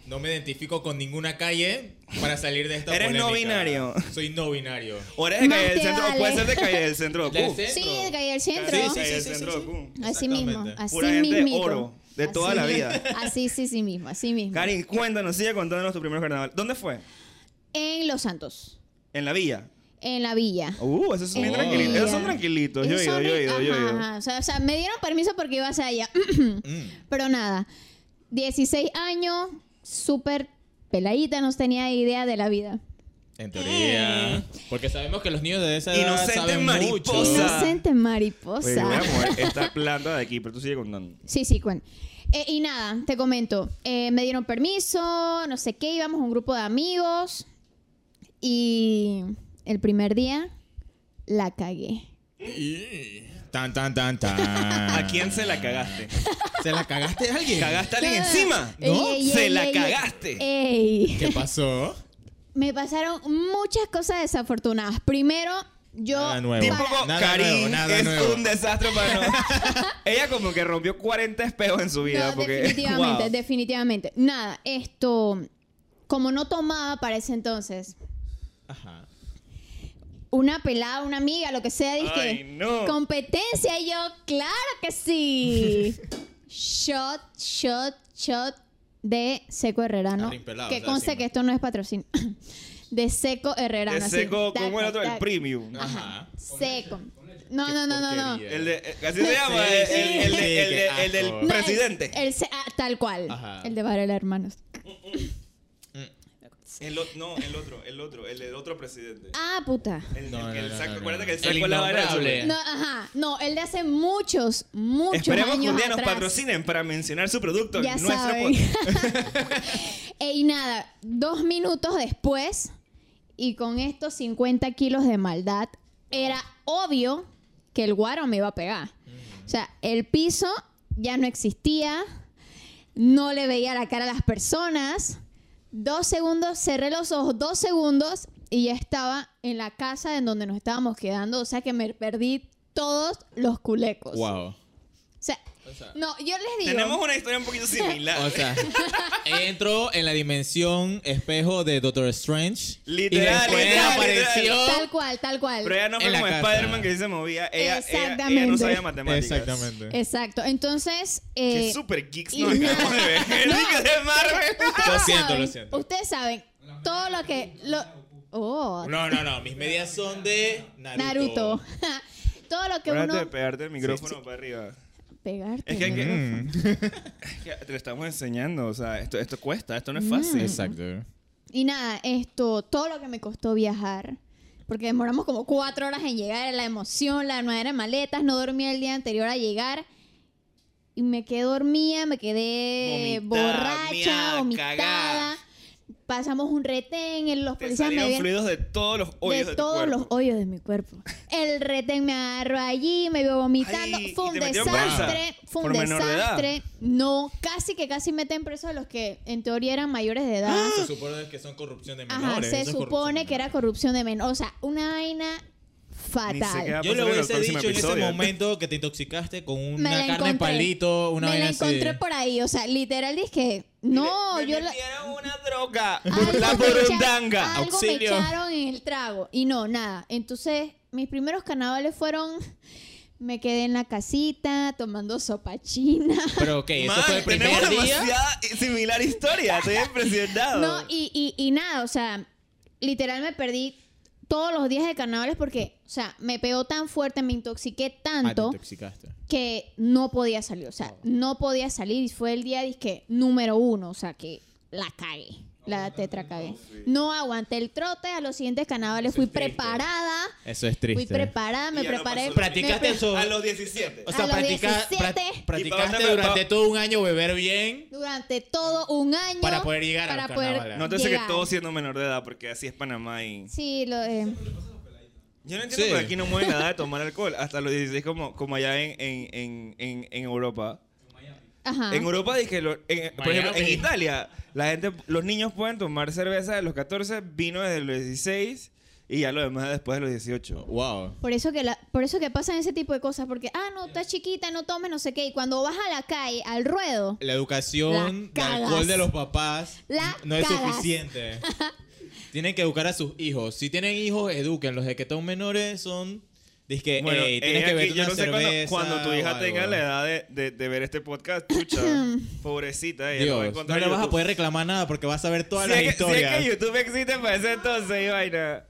Speaker 2: No me identifico con ninguna calle para salir de esta
Speaker 1: Eres no
Speaker 2: polémica.
Speaker 1: binario.
Speaker 2: Soy no binario.
Speaker 1: ¿O eres de
Speaker 5: Más
Speaker 1: calle del
Speaker 5: te
Speaker 1: centro? ¿O
Speaker 5: vale.
Speaker 1: puede ser de calle del centro de
Speaker 2: Del
Speaker 1: Q?
Speaker 2: centro.
Speaker 5: Sí, de calle del centro.
Speaker 1: Sí,
Speaker 2: sí,
Speaker 1: calle del
Speaker 2: sí,
Speaker 1: centro
Speaker 2: sí,
Speaker 1: de
Speaker 2: sí.
Speaker 1: Q.
Speaker 5: Así mismo,
Speaker 2: Exactamente.
Speaker 5: así
Speaker 1: Pura gente de
Speaker 5: mismito.
Speaker 1: oro, de toda
Speaker 5: Así
Speaker 1: la
Speaker 5: mi-
Speaker 1: vida.
Speaker 5: Así, sí, sí mismo, así mismo.
Speaker 1: Karin, cuéntanos, sigue contándonos tu primer carnaval. ¿Dónde fue?
Speaker 5: En Los Santos,
Speaker 1: En la villa.
Speaker 5: en la villa.
Speaker 1: Uh, esos son bien
Speaker 5: En la
Speaker 1: tranquilitos. Esos son
Speaker 5: villa.
Speaker 1: tranquilitos. Yo he
Speaker 5: Esos
Speaker 1: ido,
Speaker 5: son
Speaker 1: yo he ido,
Speaker 5: ricos,
Speaker 1: yo he
Speaker 5: ajá,
Speaker 1: ido.
Speaker 5: ajá. O sea, o sea, me dieron permiso porque iba hacia allá.
Speaker 2: Mm.
Speaker 5: Pero nada, 16 años, súper peladita, no tenía idea de la vida.
Speaker 2: En teoría. Porque sabemos que los niños de esa edad
Speaker 1: Inocente
Speaker 2: saben
Speaker 1: mariposa.
Speaker 2: mucho.
Speaker 1: O sea-
Speaker 5: Inocente
Speaker 1: Oye, voy a
Speaker 5: mariposa.
Speaker 1: mover esta planta de aquí, pero tú sigue contando.
Speaker 5: Sí, sí, cuen. Eh, y nada, te comento, eh, me dieron permiso, no sé qué, íbamos un grupo de amigos y el primer día la cagué.
Speaker 2: Tan, tan, tan, tan.
Speaker 1: ¿A quién se la cagaste?
Speaker 2: ¿Se la cagaste a alguien?
Speaker 1: ¿Cagaste a alguien
Speaker 5: No, no, no.
Speaker 1: encima?
Speaker 5: Ey,
Speaker 1: ¿No?
Speaker 5: ey,
Speaker 1: ¡Se
Speaker 5: ey,
Speaker 1: la
Speaker 5: ey,
Speaker 1: cagaste!
Speaker 5: ¡Ey!
Speaker 2: ¿Qué pasó?
Speaker 5: Me pasaron muchas cosas desafortunadas. Primero, yo.
Speaker 2: Nada nuevo.
Speaker 1: Tipo,
Speaker 5: para-
Speaker 2: Nada nuevo,
Speaker 1: Karin
Speaker 2: nada
Speaker 1: es
Speaker 2: nuevo.
Speaker 1: un desastre para nosotros. Ella como que rompió 40 espejos en su vida.
Speaker 5: No,
Speaker 1: porque,
Speaker 5: definitivamente,
Speaker 1: wow.
Speaker 5: definitivamente. Nada, esto. Como no tomaba para ese entonces,
Speaker 2: Ajá.
Speaker 5: una pelada, una amiga, lo que sea, dije.
Speaker 1: Ay, no.
Speaker 5: Competencia. Y yo, claro que sí. shot, shot, shot de Seco Herrerano.
Speaker 2: Arrin pelado, o
Speaker 5: que
Speaker 2: sea,
Speaker 5: conste
Speaker 2: sí,
Speaker 5: que
Speaker 2: ¿no?
Speaker 5: esto no es patrocinio. de Seco Herrerano.
Speaker 1: De
Speaker 5: así,
Speaker 1: seco,
Speaker 5: tac,
Speaker 1: como el
Speaker 5: tac,
Speaker 1: otro, el
Speaker 5: tac.
Speaker 1: premium.
Speaker 2: Ajá.
Speaker 5: Seco. No,
Speaker 2: Qué
Speaker 5: no, no, no, no.
Speaker 2: porquería.
Speaker 1: El de, eh, así se llama,
Speaker 2: Sí,
Speaker 1: el,
Speaker 2: sí,
Speaker 1: el- el de-
Speaker 2: sí,
Speaker 1: el de-
Speaker 2: qué
Speaker 1: el del
Speaker 2: asco.
Speaker 5: No, el-
Speaker 1: presidente.
Speaker 5: el se- ah, tal cual.
Speaker 2: Ajá.
Speaker 5: El de Varela Hermanos.
Speaker 1: El o- no, el otro, el otro, el del otro presidente.
Speaker 5: Ah, puta.
Speaker 1: El,
Speaker 2: No,
Speaker 1: el que
Speaker 2: no,
Speaker 1: el
Speaker 2: no,
Speaker 1: saco,
Speaker 2: no,
Speaker 1: acuérdate
Speaker 2: no.
Speaker 1: que el
Speaker 2: El
Speaker 1: saco la vara.
Speaker 2: innombrable.
Speaker 5: No, ajá. No, el de hace muchos, muchos
Speaker 1: Esperemos que
Speaker 5: años
Speaker 1: un día nos
Speaker 5: atrás.
Speaker 1: patrocinen para mencionar su producto
Speaker 5: Ya
Speaker 1: en nuestro
Speaker 5: saben.
Speaker 1: podcast.
Speaker 5: Ey, nada. Dos minutos después, y con estos 50 kilos de maldad, era obvio que el guaro me iba a pegar. O sea, el piso ya no existía. No le veía la cara a las personas. Dos segundos, cerré los ojos, dos segundos y ya estaba en la casa en donde nos estábamos quedando. O sea que me perdí todos los culecos.
Speaker 2: Wow.
Speaker 5: O sea,
Speaker 2: O sea,
Speaker 5: no, yo les digo.
Speaker 1: Tenemos una historia un poquito similar.
Speaker 2: o sea, entro en la dimensión espejo de Doctor Strange.
Speaker 1: Literal,
Speaker 2: y después
Speaker 1: literal,
Speaker 2: apareció.
Speaker 5: Tal cual, tal cual.
Speaker 1: Pero ella no fue
Speaker 2: En la
Speaker 1: como
Speaker 2: casa.
Speaker 1: Spider-Man que sí se movía. Ella, ella, ella no
Speaker 5: Exactamente.
Speaker 1: sabía matemáticas.
Speaker 2: Exactamente.
Speaker 5: Exacto. Entonces.
Speaker 1: Qué
Speaker 5: eh,
Speaker 1: super geeks
Speaker 5: y
Speaker 1: nos
Speaker 5: nada.
Speaker 1: acabamos de ver.
Speaker 5: No,
Speaker 1: Ricas de Marvel.
Speaker 5: ustedes
Speaker 2: Lo siento,
Speaker 5: saben-
Speaker 2: lo siento.
Speaker 5: Ustedes saben todo lo que. Lo, oh,
Speaker 2: No, no, no. Mis medias son de Naruto.
Speaker 5: Naruto. todo lo que
Speaker 1: Acuérdate de
Speaker 5: uno.
Speaker 1: pegarte el micrófono para arriba.
Speaker 5: Pegarte.
Speaker 1: Es que, Mm. hay que-
Speaker 5: ¿no?
Speaker 1: es que te lo estamos enseñando. O sea, esto, esto cuesta, esto
Speaker 5: Mm.
Speaker 1: no es fácil.
Speaker 2: Exacto.
Speaker 5: Y nada, esto, todo lo que me costó viajar. Porque demoramos como cuatro horas en llegar, la emoción, la nueva era de maletas, no dormía el día anterior a llegar. Y me quedé dormida, me quedé
Speaker 1: Vomitada,
Speaker 5: borracha,
Speaker 1: meada,
Speaker 5: vomitada.
Speaker 1: cagada.
Speaker 5: Pasamos un retén, el- los
Speaker 1: Te
Speaker 5: policías me
Speaker 1: salieron
Speaker 5: ven-
Speaker 1: fluidos de todos los hoyos de,
Speaker 5: de
Speaker 1: tu
Speaker 5: todos
Speaker 1: cuerpo.
Speaker 5: los hoyos de mi cuerpo. El retén me agarró allí, me vio vomitando.
Speaker 1: Ay,
Speaker 5: fue
Speaker 1: y
Speaker 5: un
Speaker 1: te metieron
Speaker 5: desastre,
Speaker 1: presa
Speaker 5: fue
Speaker 1: por
Speaker 5: un
Speaker 1: menor de edad.
Speaker 5: desastre. No, casi que casi meten preso a los que en teoría eran mayores de edad.
Speaker 1: ¡Ah!
Speaker 2: Se supone que son corrupción de
Speaker 5: Ajá,
Speaker 2: menores.
Speaker 5: se
Speaker 2: eso es
Speaker 5: supone
Speaker 2: corrupción
Speaker 5: que
Speaker 2: de
Speaker 5: era corrupción de menores. O sea, una vaina
Speaker 1: Ni sé qué va a
Speaker 5: fatal.
Speaker 2: Yo
Speaker 1: pasar en el
Speaker 2: le hubiese
Speaker 1: próximo
Speaker 2: dicho en
Speaker 1: episodio.
Speaker 2: ese momento que te intoxicaste con
Speaker 5: Me
Speaker 2: una
Speaker 5: la
Speaker 2: carne
Speaker 5: encontré.
Speaker 2: palito, una
Speaker 5: me la
Speaker 2: vaina así.
Speaker 5: encontré por ahí. O sea, literal dije, no,
Speaker 1: Me
Speaker 5: yo la... Ah,
Speaker 1: metieron una droga.
Speaker 5: Algo
Speaker 1: la
Speaker 5: me echa-
Speaker 1: burundanga.
Speaker 5: Algo
Speaker 2: Auxilio.
Speaker 5: me echaron en el trago. Y no, nada. Entonces, mis primeros carnavales fueron... Me quedé en la casita tomando sopa china.
Speaker 2: Pero ok, eso
Speaker 1: Man,
Speaker 2: fue el primer
Speaker 1: tenemos
Speaker 5: Ah,
Speaker 2: día.
Speaker 1: demasiada similar historia. Estoy impresionado.
Speaker 5: No, y, y, y nada, o sea, literal me perdí todos los días de carnavales porque, o sea, me pegó tan fuerte, me intoxiqué
Speaker 2: Ah, te
Speaker 5: tanto
Speaker 2: intoxicaste.
Speaker 5: que no podía salir. O sea, no podía salir y fue el día, dizque, número uno, o sea, que la cagué. La tetra cagué. No aguanté el trote, a los siguientes carnavales
Speaker 2: Eso
Speaker 5: fui
Speaker 2: es triste.
Speaker 5: preparada.
Speaker 2: Eso es
Speaker 5: Fui
Speaker 2: triste.
Speaker 5: preparada, me
Speaker 1: Y ya no
Speaker 5: preparé.
Speaker 1: pasó.
Speaker 2: Practicaste
Speaker 5: me-
Speaker 2: el so-
Speaker 1: A los 17.
Speaker 2: O sea,
Speaker 5: a los
Speaker 2: practica- pra-
Speaker 5: 17.
Speaker 1: Y
Speaker 2: practicaste
Speaker 1: pa-
Speaker 2: durante todo un año beber bien.
Speaker 5: Durante todo un año.
Speaker 2: Para poder llegar a
Speaker 5: para
Speaker 2: los
Speaker 5: poder
Speaker 2: carnavales.
Speaker 1: No te sé que
Speaker 5: llegar.
Speaker 1: todo siendo menor de edad, porque así es Panamá y...
Speaker 5: Sí, lo eh, de.
Speaker 1: Yo no entiendo
Speaker 2: Sí.
Speaker 1: por qué aquí no mueven la edad de tomar alcohol hasta los 16 como, como allá en, en, en, en, en Europa.
Speaker 5: Ajá.
Speaker 1: En Europa dije, lo- en- por
Speaker 2: Miami.
Speaker 1: ejemplo, en Italia, la gente, los niños pueden tomar cerveza de los 14, vino desde los 16 y ya lo demás después de los 18.
Speaker 2: Wow.
Speaker 5: Por eso que la, por eso que pasan ese tipo de cosas, porque ah no, estás chiquita, no tomes, no sé qué. Y cuando vas a la calle, al ruedo,
Speaker 2: La educación de
Speaker 5: La cagas.
Speaker 2: alcohol de los papás
Speaker 5: La
Speaker 2: no es
Speaker 5: cagas.
Speaker 2: suficiente. tienen que educar a sus hijos. Si tienen hijos, eduquen. Los de que están menores son. Dice que
Speaker 1: Bueno,
Speaker 2: tienes
Speaker 1: eh, aquí,
Speaker 2: que beber
Speaker 1: yo
Speaker 2: una
Speaker 1: no sé cuando,
Speaker 2: cerveza.
Speaker 1: cuando tu
Speaker 2: o
Speaker 1: hija
Speaker 2: algo.
Speaker 1: tenga la edad de, de, de ver este podcast, chucha, pobrecita, ella lo va a
Speaker 2: Dios, no
Speaker 1: encontrar
Speaker 2: le
Speaker 1: en
Speaker 2: vas a
Speaker 1: YouTube.
Speaker 2: poder reclamar nada porque vas a ver todas
Speaker 1: Si
Speaker 2: las
Speaker 1: es que- si es
Speaker 2: historias.
Speaker 1: que YouTube existe para ese entonces, y vaina.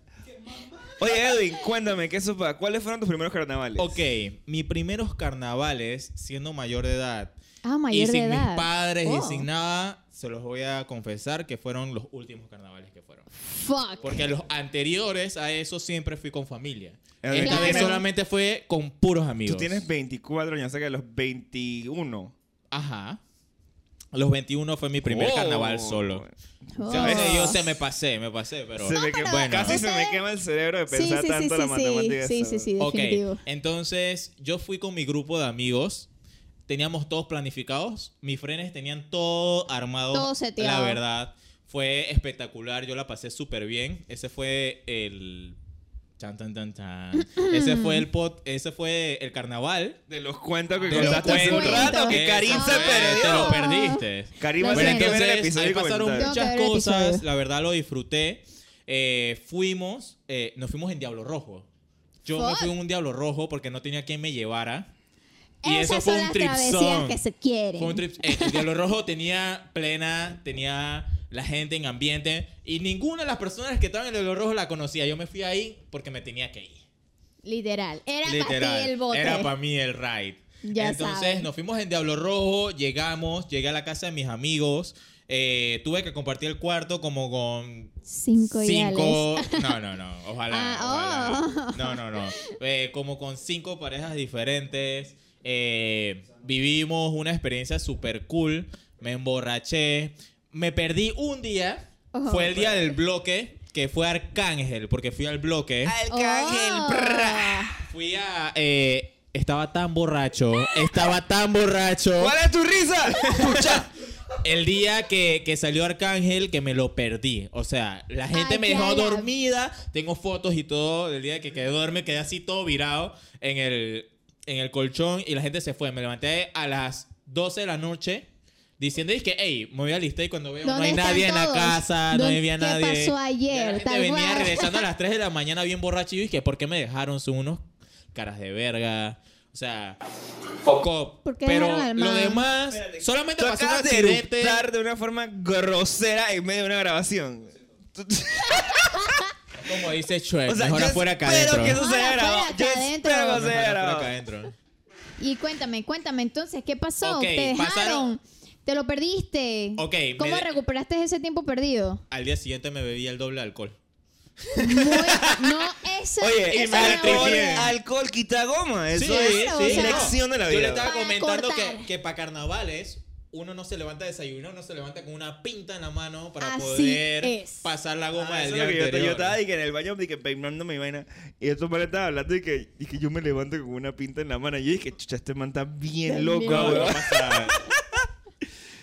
Speaker 1: Oye, Edwin, cuéntame, ¿qué sopa? ¿Cuáles fueron tus primeros carnavales?
Speaker 2: Ok, mis primeros carnavales, siendo mayor de edad,
Speaker 5: ah, mayor
Speaker 2: y
Speaker 5: de
Speaker 2: sin
Speaker 5: edad.
Speaker 2: mis padres y
Speaker 5: Oh,
Speaker 2: sin nada, se los voy a confesar que fueron los últimos carnavales que fueron.
Speaker 5: Fuck.
Speaker 2: Porque los anteriores a eso siempre fui con familia.
Speaker 1: Claro.
Speaker 2: Esta vez
Speaker 5: Claro.
Speaker 2: solamente fue con puros amigos.
Speaker 1: Tú tienes 24 años, o sea que a los 21.
Speaker 2: Ajá. Los 21 fue mi primer
Speaker 1: Oh.
Speaker 2: carnaval solo.
Speaker 5: Oh.
Speaker 2: O sea, a veces yo se me pasé, me pasé, pero...
Speaker 1: Se me quema-
Speaker 5: bueno.
Speaker 1: Casi se me
Speaker 5: Ustedes-
Speaker 1: quema el cerebro de
Speaker 5: Sí, sí,
Speaker 1: pensar
Speaker 5: sí,
Speaker 1: tanto la
Speaker 5: sí,
Speaker 1: matemática.
Speaker 5: sí, sí, sí, sí,
Speaker 2: Ok,
Speaker 5: definitivo.
Speaker 2: entonces yo fui con mi grupo de amigos. Teníamos todos planificados. Mis frenes tenían todo armado.
Speaker 5: Todo seteado.
Speaker 2: La verdad, fue espectacular. Yo la pasé súper bien. Ese fue el. Chan, tan, tan, tan. Ese fue el pot. Ese fue el carnaval.
Speaker 1: De los cuentos que
Speaker 5: De los
Speaker 1: contaste hace un
Speaker 5: cuentos.
Speaker 1: rato que
Speaker 2: Ese
Speaker 1: Karim se
Speaker 2: fue, Te lo
Speaker 1: perdió.
Speaker 2: perdiste.
Speaker 1: Karim va a
Speaker 5: Lo
Speaker 2: Bueno,
Speaker 1: tener
Speaker 5: siento.
Speaker 1: que ver el
Speaker 2: entonces,
Speaker 1: episodio
Speaker 2: ahí
Speaker 1: y
Speaker 2: pasaron
Speaker 1: comentar.
Speaker 2: muchas
Speaker 5: Tengo que ver el
Speaker 2: cosas.
Speaker 5: episodio.
Speaker 2: La verdad, lo disfruté. Eh, fuimos, eh, nos fuimos en Diablo Rojo. Yo me
Speaker 5: Fuck.
Speaker 2: fui en un Diablo Rojo porque no tenía quien me llevara. Y
Speaker 5: Esas
Speaker 2: eso fue
Speaker 5: son
Speaker 2: un
Speaker 5: las
Speaker 2: tripsón.
Speaker 5: travesías que se quieren.
Speaker 2: Fue un trip. eh, el Diablo Rojo tenía plena, tenía la gente en ambiente. Y ninguna de las personas que estaban en el Diablo Rojo la conocía. Yo me fui ahí porque me tenía que ir.
Speaker 5: Literal. Era para
Speaker 2: Literal.
Speaker 5: ti el bote.
Speaker 2: Era para mí el ride.
Speaker 5: Ya
Speaker 2: Entonces
Speaker 5: saben.
Speaker 2: nos fuimos en Diablo Rojo, llegamos, llegué a la casa de mis amigos. eh, tuve que compartir el cuarto como con
Speaker 5: Cinco ideales.
Speaker 2: cinco. No, no, no. Ojalá.
Speaker 5: Ah,
Speaker 2: ojalá. No, no, no. Eh, como con cinco parejas diferentes. eh, vivimos una experiencia súper cool. Me emborraché. Me perdí un día.
Speaker 5: Ojo.
Speaker 2: Fue el día del bloque, que fue Arcángel, porque fui al bloque.
Speaker 5: Oh.
Speaker 2: Fui a. eh, estaba tan borracho. Estaba tan borracho.
Speaker 1: ¿Cuál es tu risa?
Speaker 2: Escucha. El día que, que salió Arcángel, que me lo perdí. O sea, la gente
Speaker 5: Ay,
Speaker 2: me
Speaker 5: qué
Speaker 2: dejó
Speaker 5: ala.
Speaker 2: dormida. Tengo fotos y todo. El día que quedé duerme, quedé así todo virado en el, en el colchón y la gente se fue. Me levanté a las 12 de la noche diciendo, dije, hey, me voy a lista y cuando veo no
Speaker 5: ¿Dónde
Speaker 2: hay
Speaker 5: están
Speaker 2: nadie en la
Speaker 5: todos?
Speaker 2: casa, no
Speaker 5: ¿Dónde-
Speaker 2: había
Speaker 5: qué
Speaker 2: nadie.
Speaker 5: pasó
Speaker 2: Ya
Speaker 5: ayer?
Speaker 2: La gente
Speaker 5: Tal
Speaker 2: venía
Speaker 5: cual.
Speaker 2: regresando a las 3 de la mañana bien borracho y yo dije, ¿por qué me dejaron? Son unos caras de verga. O sea, poco.
Speaker 5: ¿Por qué
Speaker 2: Pero
Speaker 5: dejaron al
Speaker 2: lo
Speaker 5: man?
Speaker 2: demás, solamente
Speaker 1: Tú
Speaker 2: pasó un
Speaker 1: acabas de
Speaker 2: accidente.
Speaker 1: eructar de una forma grosera en medio de una grabación. Tú-
Speaker 2: Como dice Shrek,
Speaker 1: O sea,
Speaker 2: mejor
Speaker 1: yo
Speaker 2: afuera acá
Speaker 1: espero
Speaker 2: adentro.
Speaker 1: que eso se
Speaker 5: Ahora
Speaker 1: haya
Speaker 5: afuera,
Speaker 1: grabado.
Speaker 5: acá
Speaker 1: Yo
Speaker 5: adentro.
Speaker 1: espero que se
Speaker 2: Mejor
Speaker 1: haya
Speaker 2: afuera acá
Speaker 1: grabado.
Speaker 2: adentro.
Speaker 5: Y cuéntame, cuéntame entonces, ¿qué pasó?
Speaker 2: Ok,
Speaker 5: ¿Te dejaron?
Speaker 2: pasaron-
Speaker 5: ¿Te lo perdiste?
Speaker 2: Ok, me
Speaker 5: ¿Cómo
Speaker 2: de-
Speaker 5: recuperaste ese tiempo perdido?
Speaker 2: Al día siguiente me bebía el doble de alcohol.
Speaker 5: Muy, no, eso
Speaker 1: Oye,
Speaker 5: eso
Speaker 1: y
Speaker 5: me
Speaker 1: alcohol,
Speaker 5: aburre.
Speaker 1: alcohol quita goma. Eso
Speaker 5: Sí,
Speaker 1: es
Speaker 5: claro, o sea,
Speaker 1: lección de la
Speaker 2: Yo le
Speaker 1: vida.
Speaker 2: estaba
Speaker 5: Para
Speaker 2: comentando que,
Speaker 5: cortar.
Speaker 2: que para carnavales uno no se levanta a desayunar, uno se levanta con una pinta en la mano para
Speaker 5: Así
Speaker 2: poder
Speaker 5: es.
Speaker 2: pasar la goma
Speaker 1: Ah,
Speaker 2: del
Speaker 1: eso
Speaker 2: día
Speaker 1: es lo que yo-
Speaker 2: anterior.
Speaker 1: Yo, estaba dije, en el baño dije, peinando mi vaina. Y estos manes estaban hablando y que, y que yo me levanto con una pinta en la mano. Y yo dije, chucha, este man está bien
Speaker 5: Está
Speaker 1: loco.
Speaker 5: bien
Speaker 1: weón.
Speaker 2: loco.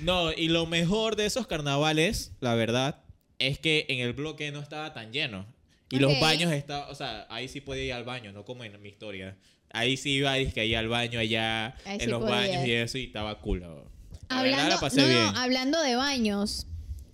Speaker 2: No, y lo mejor de esos carnavales, la verdad, es que en el bloque no estaba tan lleno. Y los
Speaker 5: Ok.
Speaker 2: baños estaban, o sea, ahí sí podía ir al baño, no como en mi historia. Ahí sí iba, dizque ahí al baño, allá,
Speaker 5: Ahí
Speaker 2: en
Speaker 5: sí
Speaker 2: los
Speaker 5: podía.
Speaker 2: baños y eso, y estaba cool. la verdad. La verdad,
Speaker 5: Hablando,
Speaker 2: la pasé
Speaker 5: no, no,
Speaker 2: bien.
Speaker 5: hablando de baños,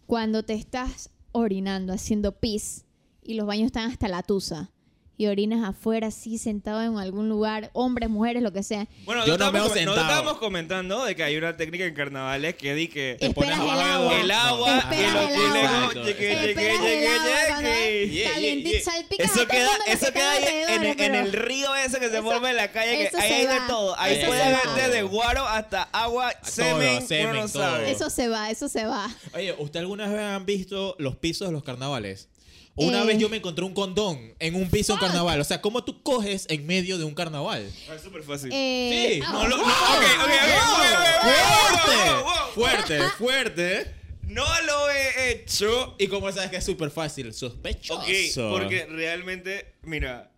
Speaker 5: cuando te estás orinando, haciendo pis, y los baños están hasta la tusa, y orinas afuera, así sentado en algún lugar, hombres, mujeres, lo que sea.
Speaker 1: Bueno,
Speaker 2: Yo
Speaker 1: no
Speaker 2: no
Speaker 1: estábamos,
Speaker 2: me he
Speaker 1: comen- no
Speaker 2: sentado.
Speaker 1: estábamos comentando de que hay una técnica en carnavales que di que
Speaker 5: Te pones
Speaker 1: el
Speaker 5: Esperas el
Speaker 1: agua,
Speaker 5: agua.
Speaker 1: el agua, y
Speaker 5: Esperas
Speaker 1: los
Speaker 5: el agua.
Speaker 1: culecos, llegué,
Speaker 2: Exacto.
Speaker 1: llegué,
Speaker 5: Esperas el
Speaker 1: llegué,
Speaker 5: agua cuando
Speaker 1: llegué.
Speaker 5: es calientito, salpica a
Speaker 1: Eso
Speaker 5: todo el
Speaker 1: queda,
Speaker 5: mundo que
Speaker 1: eso
Speaker 5: se
Speaker 1: queda
Speaker 5: cae
Speaker 1: ahí en,
Speaker 5: alrededor,
Speaker 1: en
Speaker 5: pero-
Speaker 1: el río ese que se
Speaker 5: Eso-
Speaker 1: forma en la calle, que
Speaker 5: eso
Speaker 1: ahí
Speaker 5: se
Speaker 1: hay de
Speaker 5: va.
Speaker 1: todo. Ahí
Speaker 2: Eso
Speaker 1: puede
Speaker 2: se
Speaker 1: haber
Speaker 2: va.
Speaker 1: desde guaro hasta agua,
Speaker 2: todo,
Speaker 1: semen, uno
Speaker 2: semen,
Speaker 1: no
Speaker 2: todo.
Speaker 1: sabe.
Speaker 5: Eso se va, eso se va.
Speaker 2: Oye, ¿usted alguna vez han visto los pisos de los carnavales? Una
Speaker 5: Eh.
Speaker 2: vez yo me encontré un condón en un piso en carnaval. O sea, ¿cómo tú coges en medio de un carnaval?
Speaker 1: Ah, Es súper fácil.
Speaker 5: Eh,
Speaker 2: Sí,
Speaker 5: ah,
Speaker 1: No, lo- no,
Speaker 5: wow.
Speaker 1: ok, ok, ok, wow, wow, wow, wow, wow, wow.
Speaker 2: ¡Fuerte! ¡Fuerte! ¡Fuerte!
Speaker 1: No lo he hecho.
Speaker 2: ¿Y cómo sabes que es súper fácil? Sospechoso.
Speaker 1: Ok, porque realmente, mira,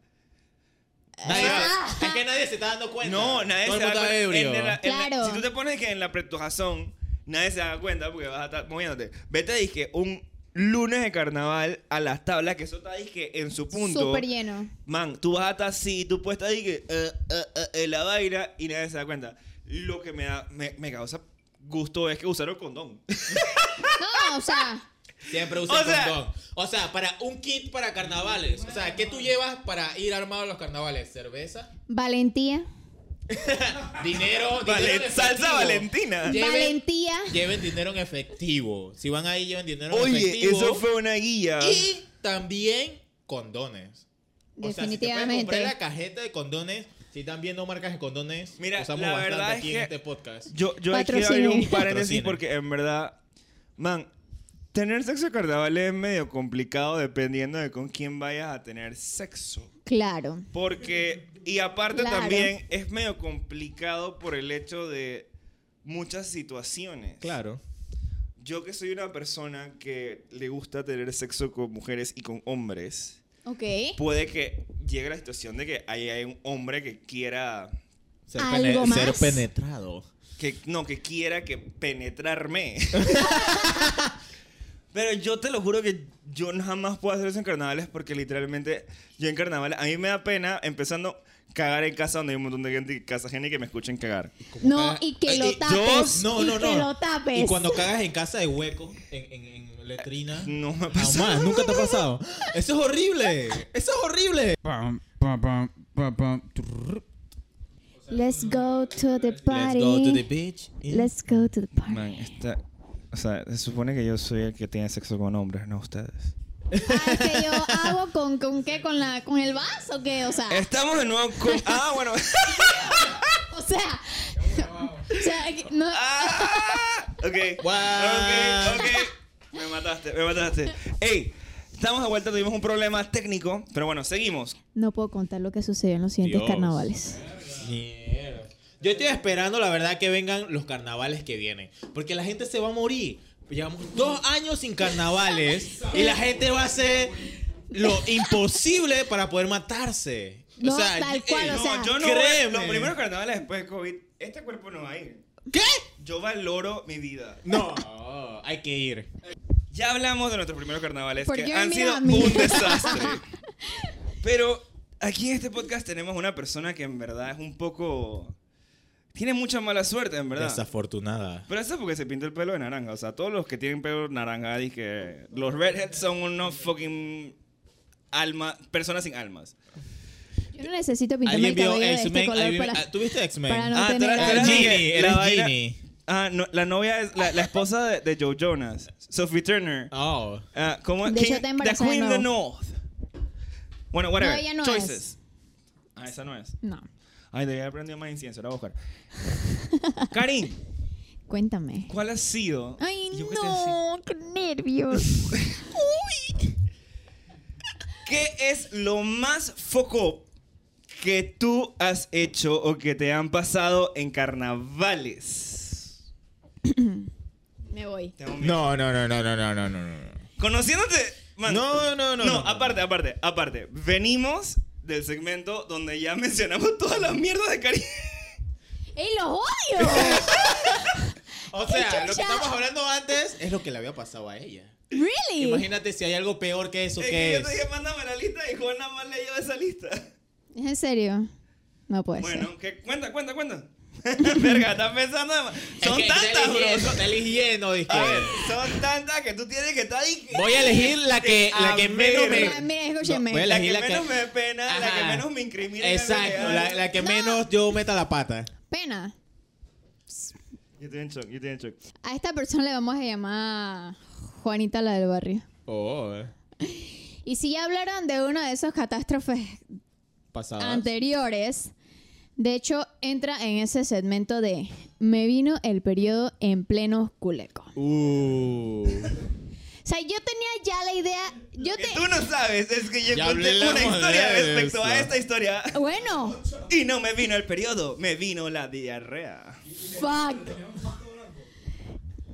Speaker 2: Nadie-
Speaker 5: Ah.
Speaker 2: Es que nadie se está dando cuenta.
Speaker 1: No, nadie
Speaker 2: Todo el
Speaker 1: se da
Speaker 2: mundo
Speaker 1: cuenta.
Speaker 2: está ebrio.
Speaker 1: En la- en la-
Speaker 5: Claro.
Speaker 1: si tú te pones que en la pretujazón, nadie se da cuenta porque vas a estar moviéndote. Vete, dije, un lunes de carnaval a las tablas, que eso está, dije, en su punto.
Speaker 5: Súper lleno.
Speaker 1: Man, tú vas a estar así, tú puedes estar, dije, eh, eh, eh, en la vaina y nadie se da cuenta. Lo que me, da, me, me causa gusto es que usaron condón.
Speaker 5: No, o sea,
Speaker 2: Siempre usa
Speaker 1: O sea-
Speaker 2: condón. O sea, para un kit para carnavales. O sea, ¿qué tú llevas para ir armado a los carnavales? ¿Cerveza?
Speaker 5: valentía.
Speaker 2: Dinero,
Speaker 1: Vale,
Speaker 2: dinero en
Speaker 1: salsa
Speaker 2: efectivo.
Speaker 1: valentina.
Speaker 2: Lleven-
Speaker 5: Valentía.
Speaker 2: Lleven dinero en efectivo. Si van ahí, lleven dinero en
Speaker 1: Oye,
Speaker 2: efectivo.
Speaker 1: eso fue una guía.
Speaker 2: Y también condones. O sea, si te puedes
Speaker 5: Definitivamente.
Speaker 2: comprar la cajeta de condones. Si están viendo marcas de condones,
Speaker 1: Mira,
Speaker 2: usamos
Speaker 1: la
Speaker 2: bastante
Speaker 1: verdad es
Speaker 2: aquí en
Speaker 1: que-
Speaker 2: este podcast.
Speaker 1: Yo, yo aquí
Speaker 5: Patrocinen.
Speaker 1: abro un paréntesis
Speaker 2: Patrocinen.
Speaker 1: porque en verdad, man, tener sexo en carnaval es medio complicado dependiendo de con quién vayas a tener sexo.
Speaker 5: Claro.
Speaker 1: Porque, y aparte
Speaker 5: Claro.
Speaker 1: también es medio complicado por el hecho de muchas situaciones.
Speaker 2: Claro.
Speaker 1: Yo que soy una persona que le gusta tener sexo con mujeres y con hombres,
Speaker 5: Ok.
Speaker 1: puede que llegue la situación de que ahí hay un hombre que quiera,
Speaker 2: Ser,
Speaker 5: ¿Algo más?
Speaker 2: ser penetrado.
Speaker 1: que no, que quiera que penetrarme. Pero yo te lo juro que yo jamás puedo hacer eso en carnavales porque literalmente yo en carnavales, a mí me da pena empezando cagar en casa donde hay un montón de gente, casa gente que me escuchen cagar.
Speaker 5: No,
Speaker 2: caga-
Speaker 5: y que
Speaker 1: Ay,
Speaker 5: lo
Speaker 1: y-
Speaker 5: tapes.
Speaker 1: Dios,
Speaker 2: No,
Speaker 5: y
Speaker 2: no, no.
Speaker 5: que lo tapes.
Speaker 2: Y cuando cagas en casa de hueco, en, en, en letrina.
Speaker 1: No me pasa.
Speaker 2: Jamás, nunca te ha pasado. Eso es horrible. Eso es horrible.
Speaker 4: Pam, pam, pam, pam, pam, turr.
Speaker 5: Let's go to the party.
Speaker 2: beach.
Speaker 5: Let's go to the party.
Speaker 1: Man, está, o sea, se supone que yo soy el que tiene sexo con hombres, no ustedes.
Speaker 5: Ah, que yo hago con, con qué, con la, con el vaso, o qué, o sea,
Speaker 1: Estamos de nuevo con... Ah, bueno.
Speaker 5: o sea, o sea, que no,
Speaker 1: Ah, ok.
Speaker 2: Guau.
Speaker 1: Ok, ok. Me mataste, me mataste. Ey, estamos de vuelta, tuvimos un problema técnico, pero bueno, seguimos.
Speaker 5: no puedo contar lo que sucedió en los siguientes
Speaker 2: Dios.
Speaker 5: carnavales.
Speaker 2: Mierda. Yo estoy esperando, la verdad, que vengan los carnavales que vienen. Porque la gente se va a morir. Llevamos dos años sin carnavales y la gente va a hacer lo imposible para poder matarse.
Speaker 5: No, tal cual, o
Speaker 1: No,
Speaker 5: sea-
Speaker 1: yo no...
Speaker 2: créeme.
Speaker 1: Los primeros carnavales después de COVID, este cuerpo no va a ir.
Speaker 2: ¿Qué?
Speaker 1: Yo valoro mi vida.
Speaker 2: No, hay que ir.
Speaker 1: Ya hablamos de nuestros primeros carnavales
Speaker 5: Porque
Speaker 1: que
Speaker 5: hoy
Speaker 1: han
Speaker 5: mira
Speaker 1: sido
Speaker 5: a mí.
Speaker 1: un desastre. Pero aquí en este podcast tenemos una persona que en verdad es un poco tiene mucha mala suerte, en verdad.
Speaker 2: Desafortunada.
Speaker 1: Pero eso es porque se pinta el pelo de naranja, o sea, todos los que tienen pelo naranja dije, los redheads son unos fucking alma, personas sin almas.
Speaker 5: Yo no necesito pintarme
Speaker 2: ¿Alguien
Speaker 5: el
Speaker 2: vio
Speaker 5: cabello de este
Speaker 2: X-Men?
Speaker 5: color
Speaker 2: ¿Alguien-
Speaker 5: para...
Speaker 2: ah, ¿Tuviste X-Men?
Speaker 5: para no-
Speaker 1: tú eres-
Speaker 5: tener
Speaker 1: tú eres
Speaker 5: alma.
Speaker 2: Ginny, eres
Speaker 1: la vaina-
Speaker 2: Ginny.
Speaker 1: Ah, no, la novia es la, la esposa de, de Joe Jonas, Sophie Turner.
Speaker 2: Oh.
Speaker 1: Ah, ¿Cómo es?
Speaker 5: De hecho, está
Speaker 1: King- The
Speaker 5: embarazada de
Speaker 1: Queen of the
Speaker 5: nuevo.
Speaker 1: North. Bueno, whatever.
Speaker 5: No, ella no
Speaker 1: Choices.
Speaker 5: es.
Speaker 1: Ah, esa no es.
Speaker 5: No,
Speaker 1: Ay, debía haber prendido más incienso, ahora voy a buscar. Karin,
Speaker 5: cuéntame.
Speaker 1: ¿cuál ha sido?
Speaker 5: Ay,
Speaker 1: Yo que te decía,
Speaker 5: no, qué nervios.
Speaker 1: ¿Qué es lo más foco que tú has hecho o que te han pasado en carnavales?
Speaker 5: Me voy.
Speaker 1: Tengo miedo.
Speaker 2: No, no, no, no, no, no, no, no, no.
Speaker 1: Conociéndote. man.
Speaker 2: No, no, no,
Speaker 1: No,
Speaker 2: no.
Speaker 1: aparte, aparte, aparte. Venimos del segmento donde ya mencionamos todas las mierdas de Karin.
Speaker 5: ¡Ey, los odio!
Speaker 2: O sea,
Speaker 5: Chucha.
Speaker 2: lo que estamos hablando antes es lo que le había pasado a ella.
Speaker 5: ¿Really?
Speaker 2: Imagínate si hay algo peor que eso
Speaker 1: Es que
Speaker 2: que
Speaker 1: yo te
Speaker 2: es.
Speaker 1: dije, mándame la lista y Juan nada más leyó esa lista.
Speaker 5: ¿Es en serio? No puede ser.
Speaker 1: Bueno, que, cuenta, cuenta, cuenta. Verga, estás pensando. en- Son
Speaker 2: Es que
Speaker 1: tantas,
Speaker 2: está eligiendo,
Speaker 1: bro.
Speaker 2: Está eligiendo, dizque.
Speaker 1: A ver, son tantas que tú tienes que estar ahí.
Speaker 2: Voy a elegir la que, la que
Speaker 1: A
Speaker 2: menos me.
Speaker 1: ver.
Speaker 5: Mira, mira, escúcheme.
Speaker 2: No, voy a
Speaker 1: La que
Speaker 2: elegí la que-
Speaker 1: menos me pena, la que
Speaker 2: Ajá.
Speaker 1: menos me incrimina.
Speaker 2: Exacto,
Speaker 1: me-
Speaker 2: la, la que
Speaker 5: No.
Speaker 2: menos yo meta la pata.
Speaker 5: Pena.
Speaker 1: Yo estoy en shock, yo estoy en shock.
Speaker 5: A esta persona le vamos a llamar Juanita la del barrio.
Speaker 2: Oh, eh.
Speaker 5: Y si ya hablaron de una de esas catástrofes
Speaker 2: pasado.
Speaker 1: Ah.
Speaker 5: anteriores, de hecho entra en ese segmento de me vino el periodo en pleno culeco.
Speaker 2: Uh.
Speaker 5: O sea, yo tenía ya la idea, yo
Speaker 1: Que
Speaker 5: te-
Speaker 1: tú no sabes, es que yo
Speaker 2: Ya
Speaker 1: conté
Speaker 2: hablamos
Speaker 1: una historia
Speaker 2: de
Speaker 1: respecto a
Speaker 2: eso.
Speaker 1: esta historia.
Speaker 5: bueno,
Speaker 1: Y no me vino el periodo, me vino la diarrea.
Speaker 5: fuck.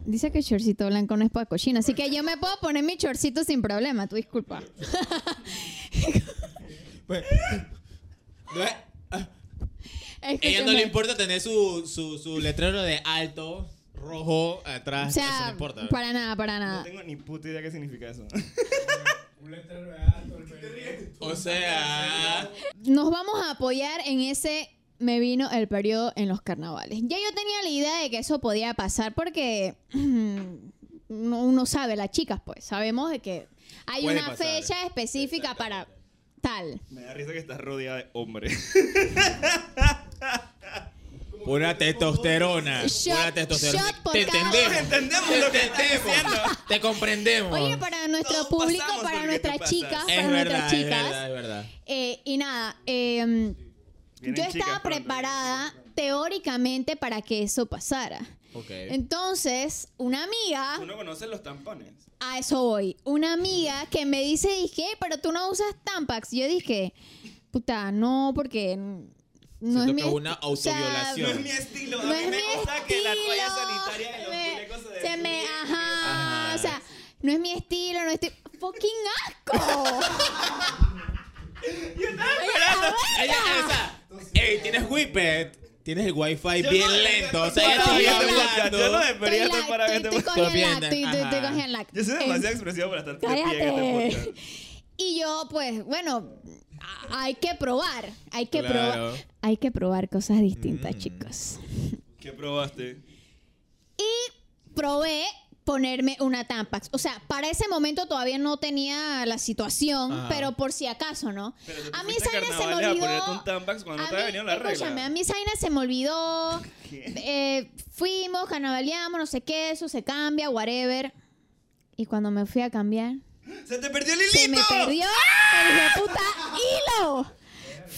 Speaker 5: Dice que chorcito blanco no es para cochina, así que yo me puedo poner mi chorcito sin problema, tú disculpa.
Speaker 2: Pues, no es- ella no
Speaker 5: Escúchame.
Speaker 2: le importa tener su, su, su letrero de alto, rojo, atrás.
Speaker 5: O
Speaker 2: eso no
Speaker 5: sea,
Speaker 2: importa.
Speaker 5: para nada, para nada.
Speaker 1: No tengo ni puta idea qué significa eso.
Speaker 2: O sea,
Speaker 5: nos vamos a apoyar en ese me vino el periodo en los carnavales. Ya yo tenía la idea de que eso podía pasar porque no- uno sabe, las chicas pues, sabemos de que hay
Speaker 2: Puede
Speaker 5: una
Speaker 2: pasar.
Speaker 5: fecha específica para tal.
Speaker 1: Me da risa que estás rodeada de hombres.
Speaker 2: pura testosterona.
Speaker 5: Shot-
Speaker 2: pura testosterona.
Speaker 5: shot por
Speaker 2: Te
Speaker 5: cada-
Speaker 2: entendemos.
Speaker 1: Entendemos
Speaker 2: Te
Speaker 1: lo que estás
Speaker 2: entendemos,
Speaker 1: diciendo.
Speaker 2: Te comprendemos.
Speaker 5: Oye, para nuestro
Speaker 1: Todos
Speaker 5: público,
Speaker 1: pasamos por
Speaker 5: para
Speaker 1: lo que tú
Speaker 5: nuestras
Speaker 1: pasas.
Speaker 5: chicas,
Speaker 2: es
Speaker 5: para
Speaker 2: verdad,
Speaker 5: nuestras
Speaker 2: es
Speaker 5: chicas.
Speaker 2: verdad, es verdad.
Speaker 5: eh, y nada, eh, yo
Speaker 1: Vienen chicas
Speaker 5: estaba
Speaker 1: pronto.
Speaker 5: preparada teóricamente para que eso pasara.
Speaker 2: Ok.
Speaker 5: Entonces, una amiga...
Speaker 1: Tú no conoces los tampones.
Speaker 5: A eso voy. Una amiga que me dice, dije, "Ey, pero tú no usas Tampax. Y yo dije, puta, no, porque n-
Speaker 2: Siento
Speaker 5: no es
Speaker 2: que
Speaker 5: mi...
Speaker 2: es una
Speaker 5: esti- o sea,
Speaker 1: No
Speaker 2: autoviolación.
Speaker 1: es mi estilo. A
Speaker 5: No
Speaker 1: mí
Speaker 5: es mi
Speaker 1: me gusta
Speaker 5: estilo.
Speaker 1: que la toalla sanitaria en los
Speaker 5: me-
Speaker 1: culecos se, Ah,
Speaker 5: se me...
Speaker 1: despliegue.
Speaker 5: Ajá,
Speaker 2: Ajá.
Speaker 5: O sea, no es mi estilo, no es... esti- ¡Fucking asco!
Speaker 2: esperando. Ella, o sea, ey, tienes Whippet. Tienes el wifi
Speaker 1: Yo
Speaker 2: bien
Speaker 1: no debería
Speaker 2: lento. O
Speaker 1: estar
Speaker 2: sea, ella
Speaker 5: parada
Speaker 2: sigue
Speaker 5: en este podcast,
Speaker 2: hablando.
Speaker 1: Yo no
Speaker 5: Estoy
Speaker 1: debería
Speaker 5: lag,
Speaker 1: estar para
Speaker 5: estoy-
Speaker 1: este
Speaker 5: estoy
Speaker 1: podcast.
Speaker 5: cogiendo lag, estoy-
Speaker 2: Ajá.
Speaker 5: estoy- estoy cogiendo lag.
Speaker 1: Yo soy
Speaker 5: Eh,
Speaker 1: demasiado expresivo para estar de pie en este
Speaker 5: Cállate.
Speaker 1: podcast.
Speaker 5: Y yo, pues, bueno, a- hay que probar. Hay que
Speaker 2: Claro.
Speaker 5: probar. Hay que probar cosas
Speaker 1: Mm.
Speaker 5: distintas, chicos.
Speaker 1: ¿Qué probaste?
Speaker 5: Probé ponerme una Tampax. O sea, para ese momento todavía no tenía la situación,
Speaker 2: Ajá.
Speaker 5: pero por si acaso, ¿no?
Speaker 1: Pero tú te
Speaker 5: A mí
Speaker 1: fuiste
Speaker 5: esa vaina se me
Speaker 1: carnavales a
Speaker 5: olvidó.
Speaker 1: ponerte un Tampax cuando no
Speaker 5: a
Speaker 1: te había
Speaker 5: mí-
Speaker 1: venido la regla.
Speaker 5: escúchame, a mí esa vaina se me olvidó. Eh, fuimos, carnavaleamos, no sé qué, eso se cambia, whatever. Y cuando me fui a cambiar,
Speaker 1: ¡Se te perdió el hilito!
Speaker 5: se me perdió el hijo de puta hilo.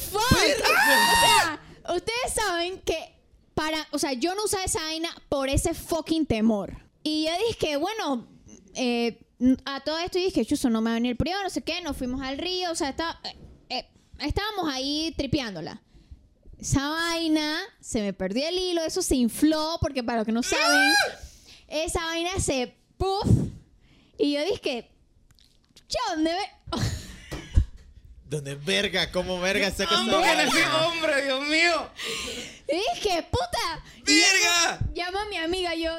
Speaker 5: Fuck. O sea, ustedes saben que para, o sea, yo no usaba esa vaina por ese fucking temor. Y yo dije, bueno, eh, a todo esto y dije, chuzo, no me va a venir el periodo, no sé qué, nos fuimos al río, o sea, está- eh, eh, estábamos ahí tripeándola. Esa vaina, se me perdió el hilo, eso se infló, porque para los que no saben, esa vaina se puff. Y yo dije, yo, ¿dónde ve?
Speaker 2: ¿Dónde verga? ¿Cómo verga se
Speaker 1: ¡Ambos en ese hombre, Dios mío!
Speaker 5: Y dije, puta. Y
Speaker 1: ¡Verga!
Speaker 5: llamo- Llamo a mi amiga, yo,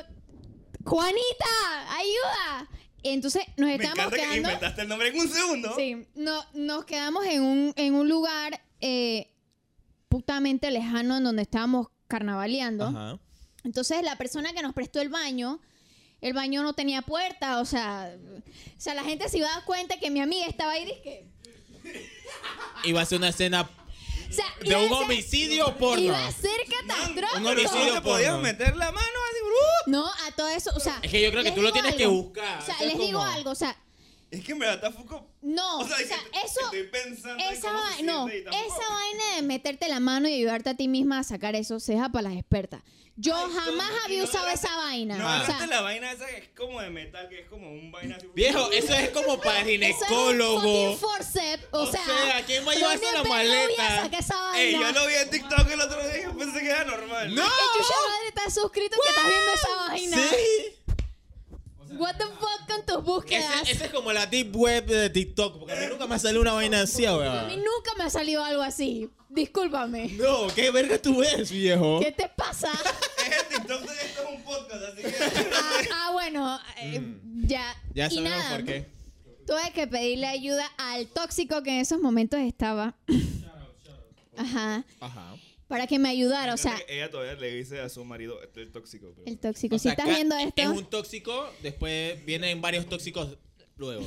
Speaker 5: Juanita, ayuda. Y entonces nos
Speaker 1: Me
Speaker 5: estamos
Speaker 1: encanta que
Speaker 5: quedando.
Speaker 1: inventaste el nombre en un segundo.
Speaker 5: Sí, no, nos quedamos en un, en un lugar eh, putamente lejano en donde estábamos carnavaleando.
Speaker 2: Ajá.
Speaker 5: Entonces la persona que nos prestó el baño, el baño no tenía puerta, o sea, o sea la gente se iba a dar cuenta que mi amiga estaba ahí, dije.
Speaker 2: Iba a ser una escena
Speaker 5: O sea,
Speaker 2: de
Speaker 5: iba a
Speaker 2: un
Speaker 5: ser-
Speaker 2: homicidio porno.
Speaker 5: Iba a ser catastrófico.
Speaker 2: un
Speaker 1: Pero
Speaker 2: homicidio
Speaker 1: ¿cómo te
Speaker 2: porno.
Speaker 1: podías meter la mano así, uh. bro?
Speaker 5: No, a todo eso, o sea.
Speaker 2: Es que yo creo que
Speaker 5: les
Speaker 2: tú lo
Speaker 5: digo
Speaker 2: tienes que
Speaker 5: algo.
Speaker 2: buscar,
Speaker 5: O sea,
Speaker 2: o sea,
Speaker 5: les
Speaker 2: ¿cómo?
Speaker 5: digo algo, o sea,
Speaker 1: Es que me da tafuco.
Speaker 5: no, o sea, eso.
Speaker 1: Estoy pensando en
Speaker 5: Esa,
Speaker 1: cómo
Speaker 5: va-
Speaker 1: se
Speaker 5: no,
Speaker 1: siente y tampoco-
Speaker 5: esa vaina de meterte la mano y ayudarte a ti misma a sacar eso se deja para las expertas. Yo
Speaker 1: Ay,
Speaker 5: jamás
Speaker 1: tonto, y
Speaker 5: había
Speaker 1: no
Speaker 5: usado
Speaker 1: agarraste-
Speaker 5: esa vaina.
Speaker 1: No,
Speaker 5: o sea,
Speaker 1: agarraste la vaina esa que es como de metal, que es como un vaina así.
Speaker 2: Viejo, eso es como para
Speaker 5: eso es un
Speaker 2: ginecólogo.
Speaker 5: fucking forcep, o,
Speaker 2: O
Speaker 5: sea,
Speaker 2: sea, ¿quién va a llevarse
Speaker 5: ¿dónde
Speaker 2: la
Speaker 5: verga voy a
Speaker 2: maleta?
Speaker 5: sacar esa vaina?
Speaker 1: Ey, yo lo vi en TikTok el otro día y yo pensé que era normal.
Speaker 2: ¡No!
Speaker 5: Que chucha madre estás suscrito que estás viendo esa vaina.
Speaker 2: Sí.
Speaker 5: What the fuck con tus búsquedas.
Speaker 2: Ese- Esa es como la deep web de TikTok. Porque a mí nunca me salió una vaina así,
Speaker 5: A mí
Speaker 2: weón.
Speaker 5: nunca me ha salido algo así. Discúlpame.
Speaker 2: No, ¿qué verga tú ves, viejo?
Speaker 5: ¿Qué te pasa?
Speaker 1: Es el TikTok de esto es un podcast, así que.
Speaker 5: Ah, ah, bueno, eh, ya.
Speaker 2: Mm. Ya
Speaker 5: y
Speaker 2: sabemos
Speaker 5: nada,
Speaker 2: por qué.
Speaker 5: Tuve que pedirle ayuda al tóxico que en esos momentos estaba. Ajá.
Speaker 2: Ajá.
Speaker 5: para que me ayudara. O sea,
Speaker 1: ella todavía le dice a su marido, este es el tóxico. pero
Speaker 5: el
Speaker 1: bueno.
Speaker 5: tóxico.
Speaker 2: eh, O
Speaker 5: Si
Speaker 2: sea,
Speaker 5: estás
Speaker 2: ca-
Speaker 5: viendo
Speaker 2: Es
Speaker 5: esto.
Speaker 2: un tóxico, después vienen varios tóxicos luego,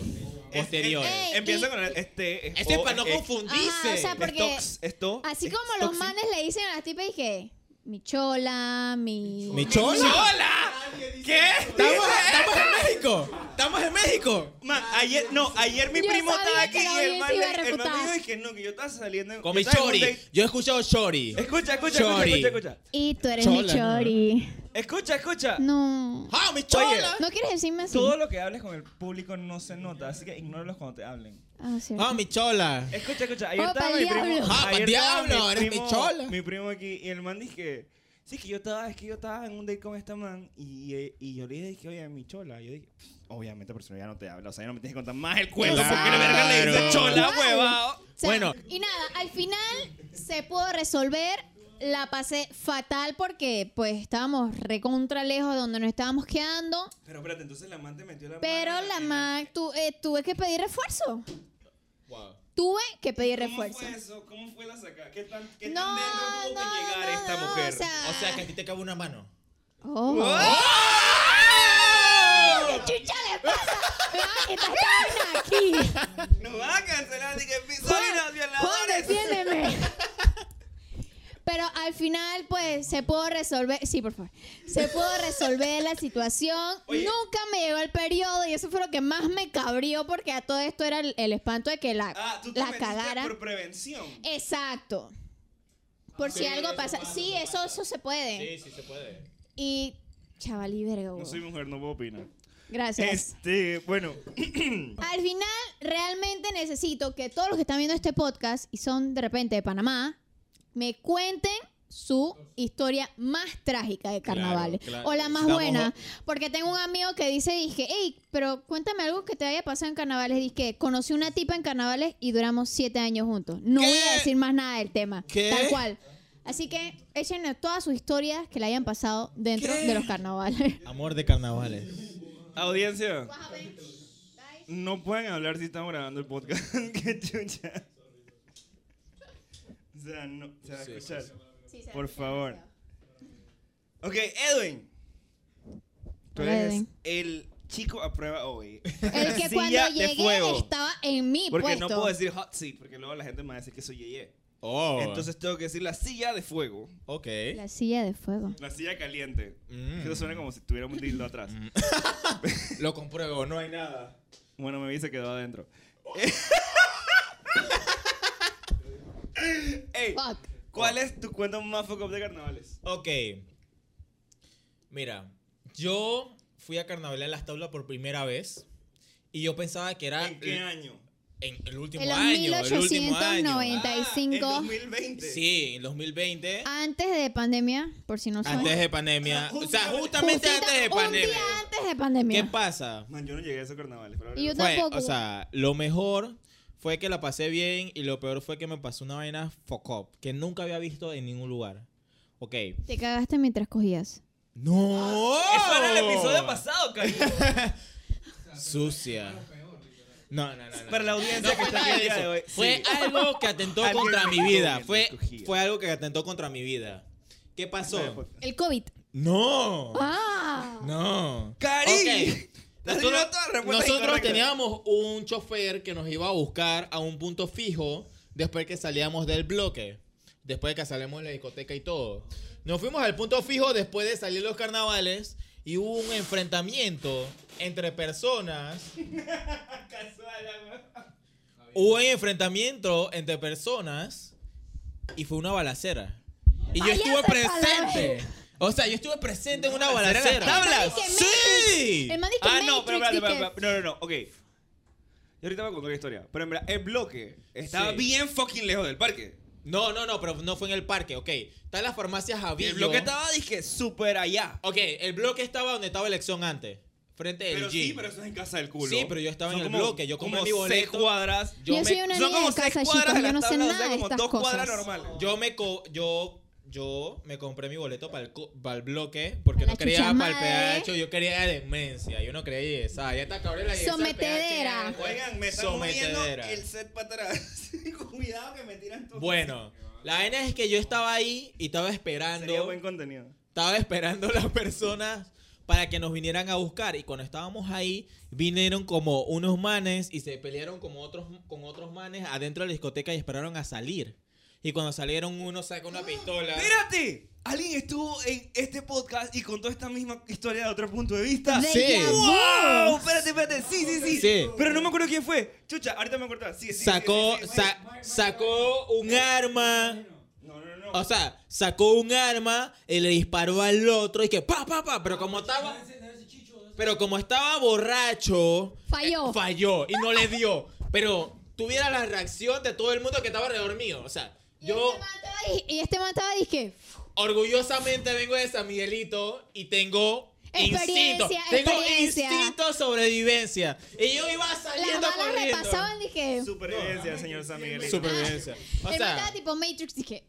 Speaker 2: posteriores.
Speaker 5: Ey,
Speaker 1: Empieza
Speaker 5: y-
Speaker 1: con el este.
Speaker 2: Este es
Speaker 1: o,
Speaker 2: para no
Speaker 1: es-
Speaker 2: confundirse.
Speaker 5: Ajá, o sea,
Speaker 1: es
Speaker 5: porque-
Speaker 1: tox, es to-
Speaker 5: Así
Speaker 1: es
Speaker 5: como los
Speaker 1: toxi-
Speaker 5: manes le dicen a las tipas y que mi chola, mi...
Speaker 2: ¿Mi chola?
Speaker 1: ¿Qué?
Speaker 2: ¿Estamos, estamos en México. Estamos en México.
Speaker 1: Man, ayer, no, ayer mi
Speaker 5: Yo
Speaker 1: primo
Speaker 5: sabía
Speaker 1: estaba
Speaker 5: que
Speaker 1: aquí
Speaker 5: la
Speaker 1: y el
Speaker 5: audiencia
Speaker 1: man,
Speaker 5: iba
Speaker 1: le-
Speaker 5: a
Speaker 1: el man me
Speaker 5: refutar.
Speaker 1: dijo "Es que no, que yo estaba saliendo.
Speaker 2: Con
Speaker 1: yo
Speaker 2: mi
Speaker 1: estaba en un
Speaker 2: chori.
Speaker 1: date".
Speaker 2: Yo he escuchado chori.
Speaker 1: Escucha, escucha, escucha,
Speaker 2: Chori.
Speaker 1: escucha, escucha.
Speaker 5: Y tú eres mi
Speaker 2: Chola, no.
Speaker 5: chori.
Speaker 1: Escucha, escucha.
Speaker 5: No.
Speaker 2: ¡Ah, mi chola!
Speaker 5: ¿No quieres decirme así?
Speaker 1: Todo lo que hables con el público no se nota, así que ignóralos cuando te hablen.
Speaker 5: Ah, cierto.
Speaker 2: ¡Ah, mi chola!
Speaker 1: Escucha, escucha, ayer
Speaker 5: Oh,
Speaker 1: estaba
Speaker 5: pa'l
Speaker 1: mi primo.
Speaker 5: diablo.
Speaker 2: Ah, pa'l
Speaker 1: ayer estaba
Speaker 2: diablo, eres
Speaker 1: primo-
Speaker 2: pichola.
Speaker 1: Mi primo aquí y el man dije, sí que yo estaba, es que yo estaba en un date con esta man y, y- y yo le dije que oye, mi chola, yo dije, obviamente por eso ya no te habla, o sea, ya no me tienes que contar más el cuento Pues porque la verga le dice
Speaker 2: Claro.
Speaker 1: chola,
Speaker 5: Wow.
Speaker 1: huevao.
Speaker 5: O sea,
Speaker 2: Bueno.
Speaker 5: Y nada, al final se pudo resolver. La pasé fatal porque pues estábamos recontra lejos de donde nos estábamos quedando.
Speaker 1: Pero espérate, entonces la man te metió la
Speaker 5: Pero la Mac, tu- eh, tuve que pedir refuerzo.
Speaker 2: Wow.
Speaker 5: Tuve que pedir
Speaker 1: ¿Cómo
Speaker 5: refuerzo.
Speaker 1: fue eso? ¿Cómo fue la saca? ¿Qué tan, qué tan
Speaker 5: No,
Speaker 1: lejos tuvo
Speaker 5: no,
Speaker 1: que llegar
Speaker 5: no,
Speaker 1: esta
Speaker 5: no,
Speaker 1: mujer?
Speaker 5: o sea,
Speaker 2: O sea, que a ti te cabe una mano.
Speaker 5: Oh.
Speaker 2: ¡Oh!
Speaker 5: ¿Qué chucha le pasa? ah, Me van a quitar esta vaina aquí.
Speaker 1: Nos van a cancelar, dije,
Speaker 5: Juan,
Speaker 1: sobrinos
Speaker 5: Juan,
Speaker 1: violadores.
Speaker 5: defiéndeme. Pero al final, pues, se pudo resolver. Sí, por favor. Se pudo resolver la situación.
Speaker 1: Oye.
Speaker 5: Nunca me llegó el periodo y eso fue lo que más me cabrió porque a todo esto era el, el espanto de que la,
Speaker 1: Ah, tú te
Speaker 5: la
Speaker 1: metiste
Speaker 5: cagara.
Speaker 1: por prevención.
Speaker 5: Exacto. Por si algo pasa. Sí, eso, eso se
Speaker 2: Sí,
Speaker 5: puede.
Speaker 2: sí se puede.
Speaker 5: Y chaval y verga,
Speaker 1: No
Speaker 5: huevo.
Speaker 1: soy mujer, no puedo opinar.
Speaker 5: Gracias.
Speaker 1: Este, bueno,
Speaker 5: Al final, realmente necesito que todos los que están viendo este podcast y son de repente de Panamá, me cuenten su historia más trágica de carnavales
Speaker 2: claro.
Speaker 5: o la más
Speaker 2: Estamos-
Speaker 5: buena porque tengo un amigo que dice dije hey pero cuéntame algo que te haya pasado en carnavales dije conocí una tipa en carnavales y duramos siete años juntos no
Speaker 2: ¿Qué?
Speaker 5: voy a decir más nada del tema
Speaker 2: ¿Qué?
Speaker 5: tal cual así que échenle todas sus historias que le hayan pasado dentro
Speaker 2: ¿Qué?
Speaker 5: de los carnavales
Speaker 2: Amor de carnavales.
Speaker 1: audiencia, no pueden hablar si estamos grabando el podcast. Qué chucha. O sea, no, se va a escuchar. Por favor. Ok, Edwin. Tú
Speaker 5: Hola,
Speaker 1: eres
Speaker 5: Edwin.
Speaker 1: el chico a prueba hoy.
Speaker 5: El que
Speaker 1: Silla
Speaker 5: cuando
Speaker 1: de
Speaker 5: llegué
Speaker 1: fuego.
Speaker 5: estaba en mi
Speaker 1: Porque
Speaker 5: puesto.
Speaker 1: no puedo decir hot seat, porque luego la gente me va a decir que soy yeye.
Speaker 2: Oh.
Speaker 1: Entonces tengo que decir la silla de fuego.
Speaker 2: Ok.
Speaker 5: La silla de fuego.
Speaker 1: La silla caliente.
Speaker 2: Mm.
Speaker 1: Eso suena como si tuviera un dildo atrás.
Speaker 2: Lo compruebo, no hay nada.
Speaker 1: Bueno, me vi se quedó adentro. Ey,
Speaker 5: Fuck.
Speaker 1: ¿cuál es tu cuento más fuck up de carnavales?
Speaker 2: Ok. Mira, yo fui a carnaval en las tablas por primera vez. Y yo pensaba que era
Speaker 1: ¿En qué año?
Speaker 2: en el último
Speaker 5: En los
Speaker 2: año. El último año.
Speaker 5: 1895,
Speaker 1: Ah, en 2020.
Speaker 2: Sí, en 2020.
Speaker 5: antes de pandemia, por si Ah, no saben.
Speaker 2: Antes de pandemia. O sea, justamente
Speaker 5: Justito
Speaker 2: antes de
Speaker 5: Un
Speaker 2: pandemia.
Speaker 5: día antes de
Speaker 2: ¿Qué
Speaker 5: pandemia.
Speaker 2: pasa?
Speaker 1: Man, yo no llegué a esos carnavales. Pero
Speaker 5: Y yo
Speaker 2: Fue,
Speaker 5: tampoco.
Speaker 2: o sea, lo mejor fue que la pasé bien y lo peor fue que me pasó una vaina fuck up que nunca había visto en ningún lugar. Ok.
Speaker 5: Te cagaste mientras cogías.
Speaker 2: ¡No!
Speaker 1: Eso era el episodio pasado, cariño.
Speaker 2: Sucia. No, no, no. no.
Speaker 1: Para la audiencia que
Speaker 2: Fue
Speaker 1: está aquí
Speaker 2: nada
Speaker 1: el
Speaker 2: de
Speaker 1: día
Speaker 2: eso.
Speaker 1: de hoy.
Speaker 2: Fue
Speaker 1: Sí.
Speaker 2: algo que atentó
Speaker 1: Alguien
Speaker 2: contra mi
Speaker 1: me
Speaker 2: vida.
Speaker 1: escogió,
Speaker 2: Fue,
Speaker 1: me escogió.
Speaker 2: fue algo que atentó contra mi vida. ¿Qué pasó?
Speaker 5: El COVID.
Speaker 2: No.
Speaker 5: ¡Ah!
Speaker 2: No.
Speaker 1: ¡Cari!
Speaker 2: Ok.
Speaker 1: Has
Speaker 2: Nosotros,
Speaker 1: dicho toda la respuesta
Speaker 2: nosotros
Speaker 1: incorrecta.
Speaker 2: teníamos un chofer que nos iba a buscar a un punto fijo después que salíamos del bloque. Después de que salimos de la discoteca y todo. Nos fuimos al punto fijo después de salir los carnavales y hubo un enfrentamiento entre personas. hubo un enfrentamiento entre personas y fue una balacera. Y yo
Speaker 5: Ay,
Speaker 2: estuve
Speaker 5: esa palabra.
Speaker 2: presente. O sea, yo estuve presente en una
Speaker 1: balacera en las
Speaker 2: balacera.
Speaker 1: tablas.
Speaker 5: Que
Speaker 2: ¡Sí!
Speaker 5: Matrix- El man dice que
Speaker 1: Ah, no, pero espérate,
Speaker 5: Matrix, dice
Speaker 1: espérate, espérate. No, no, no, ok. Yo ahorita voy a contar la historia. Pero en verdad, el bloque estaba
Speaker 2: Sí.
Speaker 1: bien fucking lejos del parque.
Speaker 2: No, no, no, pero no fue en el parque, ok. Están las farmacias
Speaker 1: Y
Speaker 2: Javillo.
Speaker 1: el bloque estaba, dije, súper allá.
Speaker 2: Ok, el bloque estaba donde estaba elección antes. Frente del
Speaker 1: Pero
Speaker 2: gym.
Speaker 1: sí, pero eso es en casa del culo.
Speaker 2: Sí, pero yo estaba
Speaker 1: Son
Speaker 2: en el
Speaker 1: como-
Speaker 2: bloque, yo compré
Speaker 1: como
Speaker 2: mi boleto.
Speaker 1: seis cuadras.
Speaker 5: Yo soy una
Speaker 1: Son
Speaker 5: niña
Speaker 1: como
Speaker 5: de
Speaker 1: seis
Speaker 5: casa,
Speaker 1: cuadras
Speaker 5: chicos.
Speaker 1: de
Speaker 5: Yo no
Speaker 1: las
Speaker 5: sé
Speaker 1: tablas,
Speaker 5: nada
Speaker 1: o sea,
Speaker 5: de
Speaker 1: como
Speaker 5: estas
Speaker 1: dos cuadras
Speaker 5: cosas.
Speaker 1: normales.
Speaker 2: Yo me co- yo yo me compré mi boleto para el, co- para el bloque porque no
Speaker 5: Para la
Speaker 2: quería
Speaker 5: chucha
Speaker 2: para el
Speaker 5: madre.
Speaker 2: PH, yo quería demencia, yo no creía esa, ya está cabrón la yesa, el
Speaker 5: Sometedera.
Speaker 2: PH,
Speaker 1: Oigan, me están moviendo
Speaker 2: sometedera.
Speaker 1: el set para atrás. Cuidado que me tiran todo.
Speaker 2: Bueno, La vaina es que yo estaba ahí y estaba esperando.
Speaker 1: Sería buen contenido.
Speaker 2: Estaba esperando las personas para que nos vinieran a buscar. Y cuando estábamos ahí, vinieron como unos manes y se pelearon como otros, con otros manes adentro de la discoteca y esperaron a salir. Y cuando salieron, uno saca una pistola.
Speaker 1: ¡Espérate! Alguien estuvo en este podcast y contó esta misma historia de otro punto de vista.
Speaker 5: De
Speaker 2: sí.
Speaker 5: ya
Speaker 1: ¡Wow!
Speaker 5: vos.
Speaker 1: Espérate, espérate. Sí, sí, sí,
Speaker 2: Sí.
Speaker 1: Pero no me acuerdo quién fue. Chucha, ahorita me acordaba. Sí, sí, sí,
Speaker 2: Sacó,
Speaker 1: sí, sí, sí.
Speaker 2: sa- sacó un arma.
Speaker 1: No, no, no.
Speaker 2: O sea, sacó un arma y le disparó al otro y que pa, pa, pa. Pero como estaba. Pero como estaba borracho.
Speaker 5: Falló.
Speaker 2: eh, falló y no le dio. Pero tuviera la reacción de todo el mundo que estaba alrededor mío. O sea,
Speaker 5: Y
Speaker 2: yo
Speaker 5: este man estaba ahí- Y este man estaba dizque,
Speaker 2: orgullosamente vengo de San Miguelito y tengo. Instinto,
Speaker 5: Experiencia,
Speaker 2: tengo
Speaker 5: experiencia.
Speaker 2: instinto de sobrevivencia. Y yo iba
Speaker 5: Las
Speaker 2: saliendo
Speaker 5: balas
Speaker 2: corriendo.
Speaker 5: repasaban, dije.
Speaker 1: Supervivencia, señor San Miguelito.
Speaker 2: Supervivencia. O
Speaker 5: el
Speaker 2: sea,
Speaker 5: man
Speaker 2: eh,
Speaker 5: estaba tipo Matrix, dije.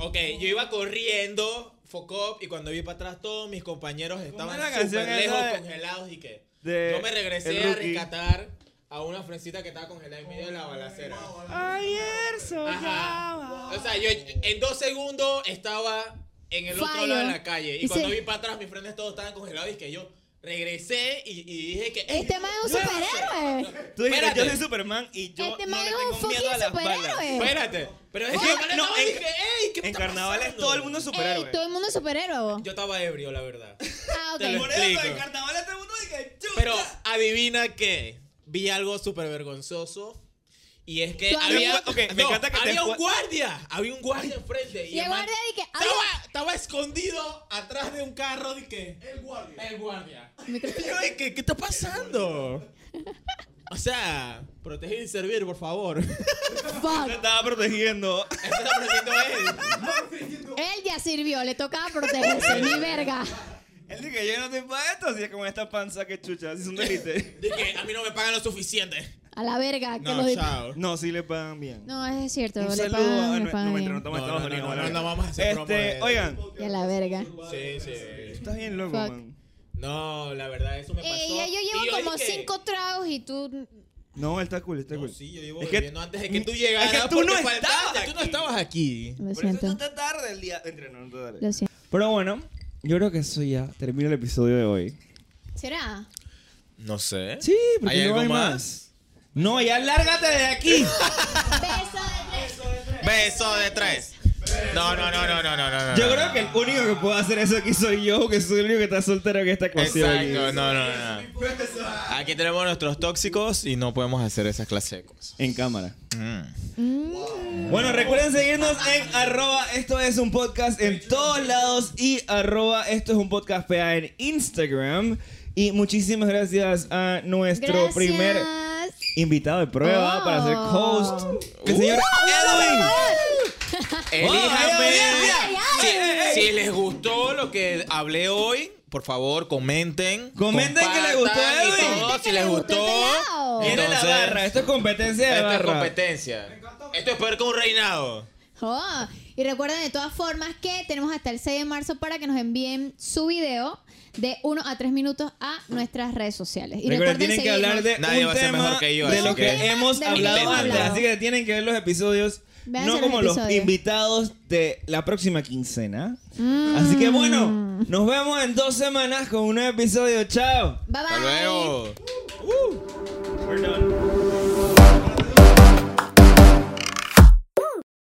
Speaker 2: Ok,
Speaker 1: Oh.
Speaker 2: yo iba corriendo, focop, y cuando vi para atrás todos mis compañeros estaban
Speaker 1: era la
Speaker 2: súper
Speaker 1: canción
Speaker 2: lejos,
Speaker 1: esa de-
Speaker 2: congelados y que
Speaker 1: de
Speaker 2: yo me regresé
Speaker 1: El
Speaker 2: a
Speaker 1: Rookie? Oh,
Speaker 2: rescatar a una frencita que estaba congelada en medio de la balacera.
Speaker 1: Ayer soñaba.
Speaker 2: Ajá. O sea, yo en dos segundos estaba en el otro
Speaker 5: Fallo.
Speaker 2: lado de la calle. Y
Speaker 5: Y
Speaker 2: cuando
Speaker 5: se-
Speaker 2: vi para atrás, mis frenes todos estaban congelados y que yo regresé y, y dije que... "Ey,
Speaker 5: Este man es un
Speaker 2: yo-
Speaker 5: superhéroe.
Speaker 1: Tú dijiste,
Speaker 2: Espérate.
Speaker 1: yo soy Superman y yo
Speaker 5: Este
Speaker 1: no
Speaker 5: man
Speaker 1: le
Speaker 5: es un
Speaker 1: tengo miedo
Speaker 5: fucking
Speaker 1: a las balas.
Speaker 5: superhéroe.
Speaker 2: Espérate. Pero es
Speaker 1: Es
Speaker 2: que
Speaker 1: que,
Speaker 2: no,
Speaker 1: no, en-
Speaker 2: dije, "Ey, ¿qué me
Speaker 1: En
Speaker 2: está
Speaker 1: carnavales
Speaker 2: pasando?"
Speaker 1: todo el mundo es superhéroe.
Speaker 5: Ey, Eh, todo el mundo es superhéroe. vos.
Speaker 2: Yo estaba ebrio, la verdad.
Speaker 5: Ah, ok.
Speaker 2: Te lo-
Speaker 1: Por eso, en
Speaker 2: Explico. este
Speaker 1: carnavales todo el mundo dice, chucha.
Speaker 2: Pero adivina qué. Vi algo súper vergonzoso. Y es que
Speaker 5: Tú
Speaker 2: había,
Speaker 1: hablas- Ok, me
Speaker 2: no,
Speaker 1: encanta que te
Speaker 2: había un
Speaker 1: encu-
Speaker 2: guardia. Había un guardia enfrente.
Speaker 5: Y el
Speaker 2: man
Speaker 5: guardia dije,
Speaker 2: estaba, estaba escondido atrás de un carro. Dije, el guardia. El guardia. Y yo dije, ¿qué está pasando? O sea, proteger y servir, por favor. Eso
Speaker 1: Te
Speaker 5: fuck.
Speaker 1: estaba protegiendo.
Speaker 2: Este está protegiendo él.
Speaker 5: Él ya sirvió, le tocaba protegerse, ni verga.
Speaker 1: Él dice que yo no estoy para esto, así es como esta panza que chucha, así es un delite.
Speaker 2: Dije, a mí no me pagan lo suficiente.
Speaker 5: A la verga, que
Speaker 2: No,
Speaker 5: lo
Speaker 2: chao.
Speaker 1: No, sí le pagan bien.
Speaker 5: No, es cierto,
Speaker 1: un
Speaker 5: le
Speaker 1: saludo
Speaker 5: pagan,
Speaker 1: a
Speaker 5: le
Speaker 1: nue-
Speaker 5: pagan
Speaker 1: no, mentira,
Speaker 5: bien.
Speaker 1: no estamos en
Speaker 2: No, no,
Speaker 1: Estados Unidos.
Speaker 2: no,
Speaker 1: la
Speaker 2: no,
Speaker 1: verga.
Speaker 2: no vamos a hacer promo
Speaker 1: Este,
Speaker 2: de-
Speaker 1: oigan,
Speaker 5: Y a la verga.
Speaker 2: Sí, sí.
Speaker 1: estás bien loco,
Speaker 5: Fuck.
Speaker 1: man.
Speaker 2: No, la verdad, eso me pasó.
Speaker 5: Ey, Eh, ya yo
Speaker 2: Y
Speaker 5: llevo como
Speaker 2: dije,
Speaker 5: cinco tragos y tú.
Speaker 1: No, él está cool, está
Speaker 2: No,
Speaker 1: cool.
Speaker 2: sí, yo llevo
Speaker 1: Es que-
Speaker 2: bebiendo antes de que tú llegaras.
Speaker 1: es que tú
Speaker 2: porque
Speaker 1: no
Speaker 2: faltaste,
Speaker 1: estabas
Speaker 2: tú no
Speaker 1: aquí.
Speaker 2: estabas aquí.
Speaker 5: Lo
Speaker 1: Por eso
Speaker 5: siento.
Speaker 1: no está tarde el día. Entre, no, no está tarde.
Speaker 5: Lo siento.
Speaker 1: Pero bueno, yo creo que eso ya termina el episodio de hoy.
Speaker 5: ¿Será?
Speaker 2: No sé.
Speaker 1: Sí, porque no hay más? No, ya lárgate de aquí.
Speaker 5: Beso de tres.
Speaker 2: Beso de tres. No, no, no, no, no, no, no. no.
Speaker 1: Yo creo que el único que puede hacer eso aquí soy yo, que soy el único que está soltero en esta ecuación.
Speaker 2: Exacto, no, no, no. Aquí tenemos nuestros tóxicos y no podemos hacer esas clases de cosas.
Speaker 1: En cámara. Bueno, recuerden seguirnos en arroba esto es un podcast en todos lados y arroba esto es un podcast PA en Instagram. Y muchísimas gracias a nuestro
Speaker 5: Gracias.
Speaker 1: primer invitado de prueba
Speaker 5: Oh.
Speaker 1: para ser host, el señor Edwin.
Speaker 2: Elíjanme.
Speaker 1: ay,
Speaker 2: Si, si les gustó lo que hablé hoy, por favor, comenten.
Speaker 1: Comenten que les gustó,
Speaker 2: compartan y
Speaker 1: Edwin.
Speaker 2: todo,
Speaker 5: Comenten que
Speaker 2: Si les
Speaker 5: les gustó
Speaker 2: gustó.
Speaker 5: el pelado.
Speaker 1: Viene
Speaker 2: entonces,
Speaker 1: la barra, esto es competencia de
Speaker 2: Esto es
Speaker 1: barra.
Speaker 2: competencia. Esto es peor que un reinado.
Speaker 5: Oh, y recuerden de todas formas que tenemos hasta el 6 de marzo para que nos envíen su video de 1 a 3 minutos a nuestras redes sociales. Y
Speaker 1: Recuerden, tienen que
Speaker 5: seguirnos.
Speaker 1: hablar de
Speaker 2: Nadie
Speaker 1: un
Speaker 2: va a ser
Speaker 1: tema
Speaker 2: mejor que yo,
Speaker 1: de
Speaker 2: así
Speaker 1: lo
Speaker 2: que-
Speaker 1: que, hemos
Speaker 5: De lo que
Speaker 1: hablado
Speaker 2: hemos
Speaker 1: antes.
Speaker 5: hablado.
Speaker 1: Así que tienen que ver los episodios,
Speaker 5: Véanse
Speaker 1: no
Speaker 5: los
Speaker 1: como los
Speaker 5: episodios.
Speaker 1: invitados de la próxima quincena.
Speaker 5: Mm.
Speaker 1: Así que bueno, nos vemos en dos semanas con un nuevo episodio. Chao.
Speaker 5: Bye bye.
Speaker 2: Hasta luego.
Speaker 1: We're done.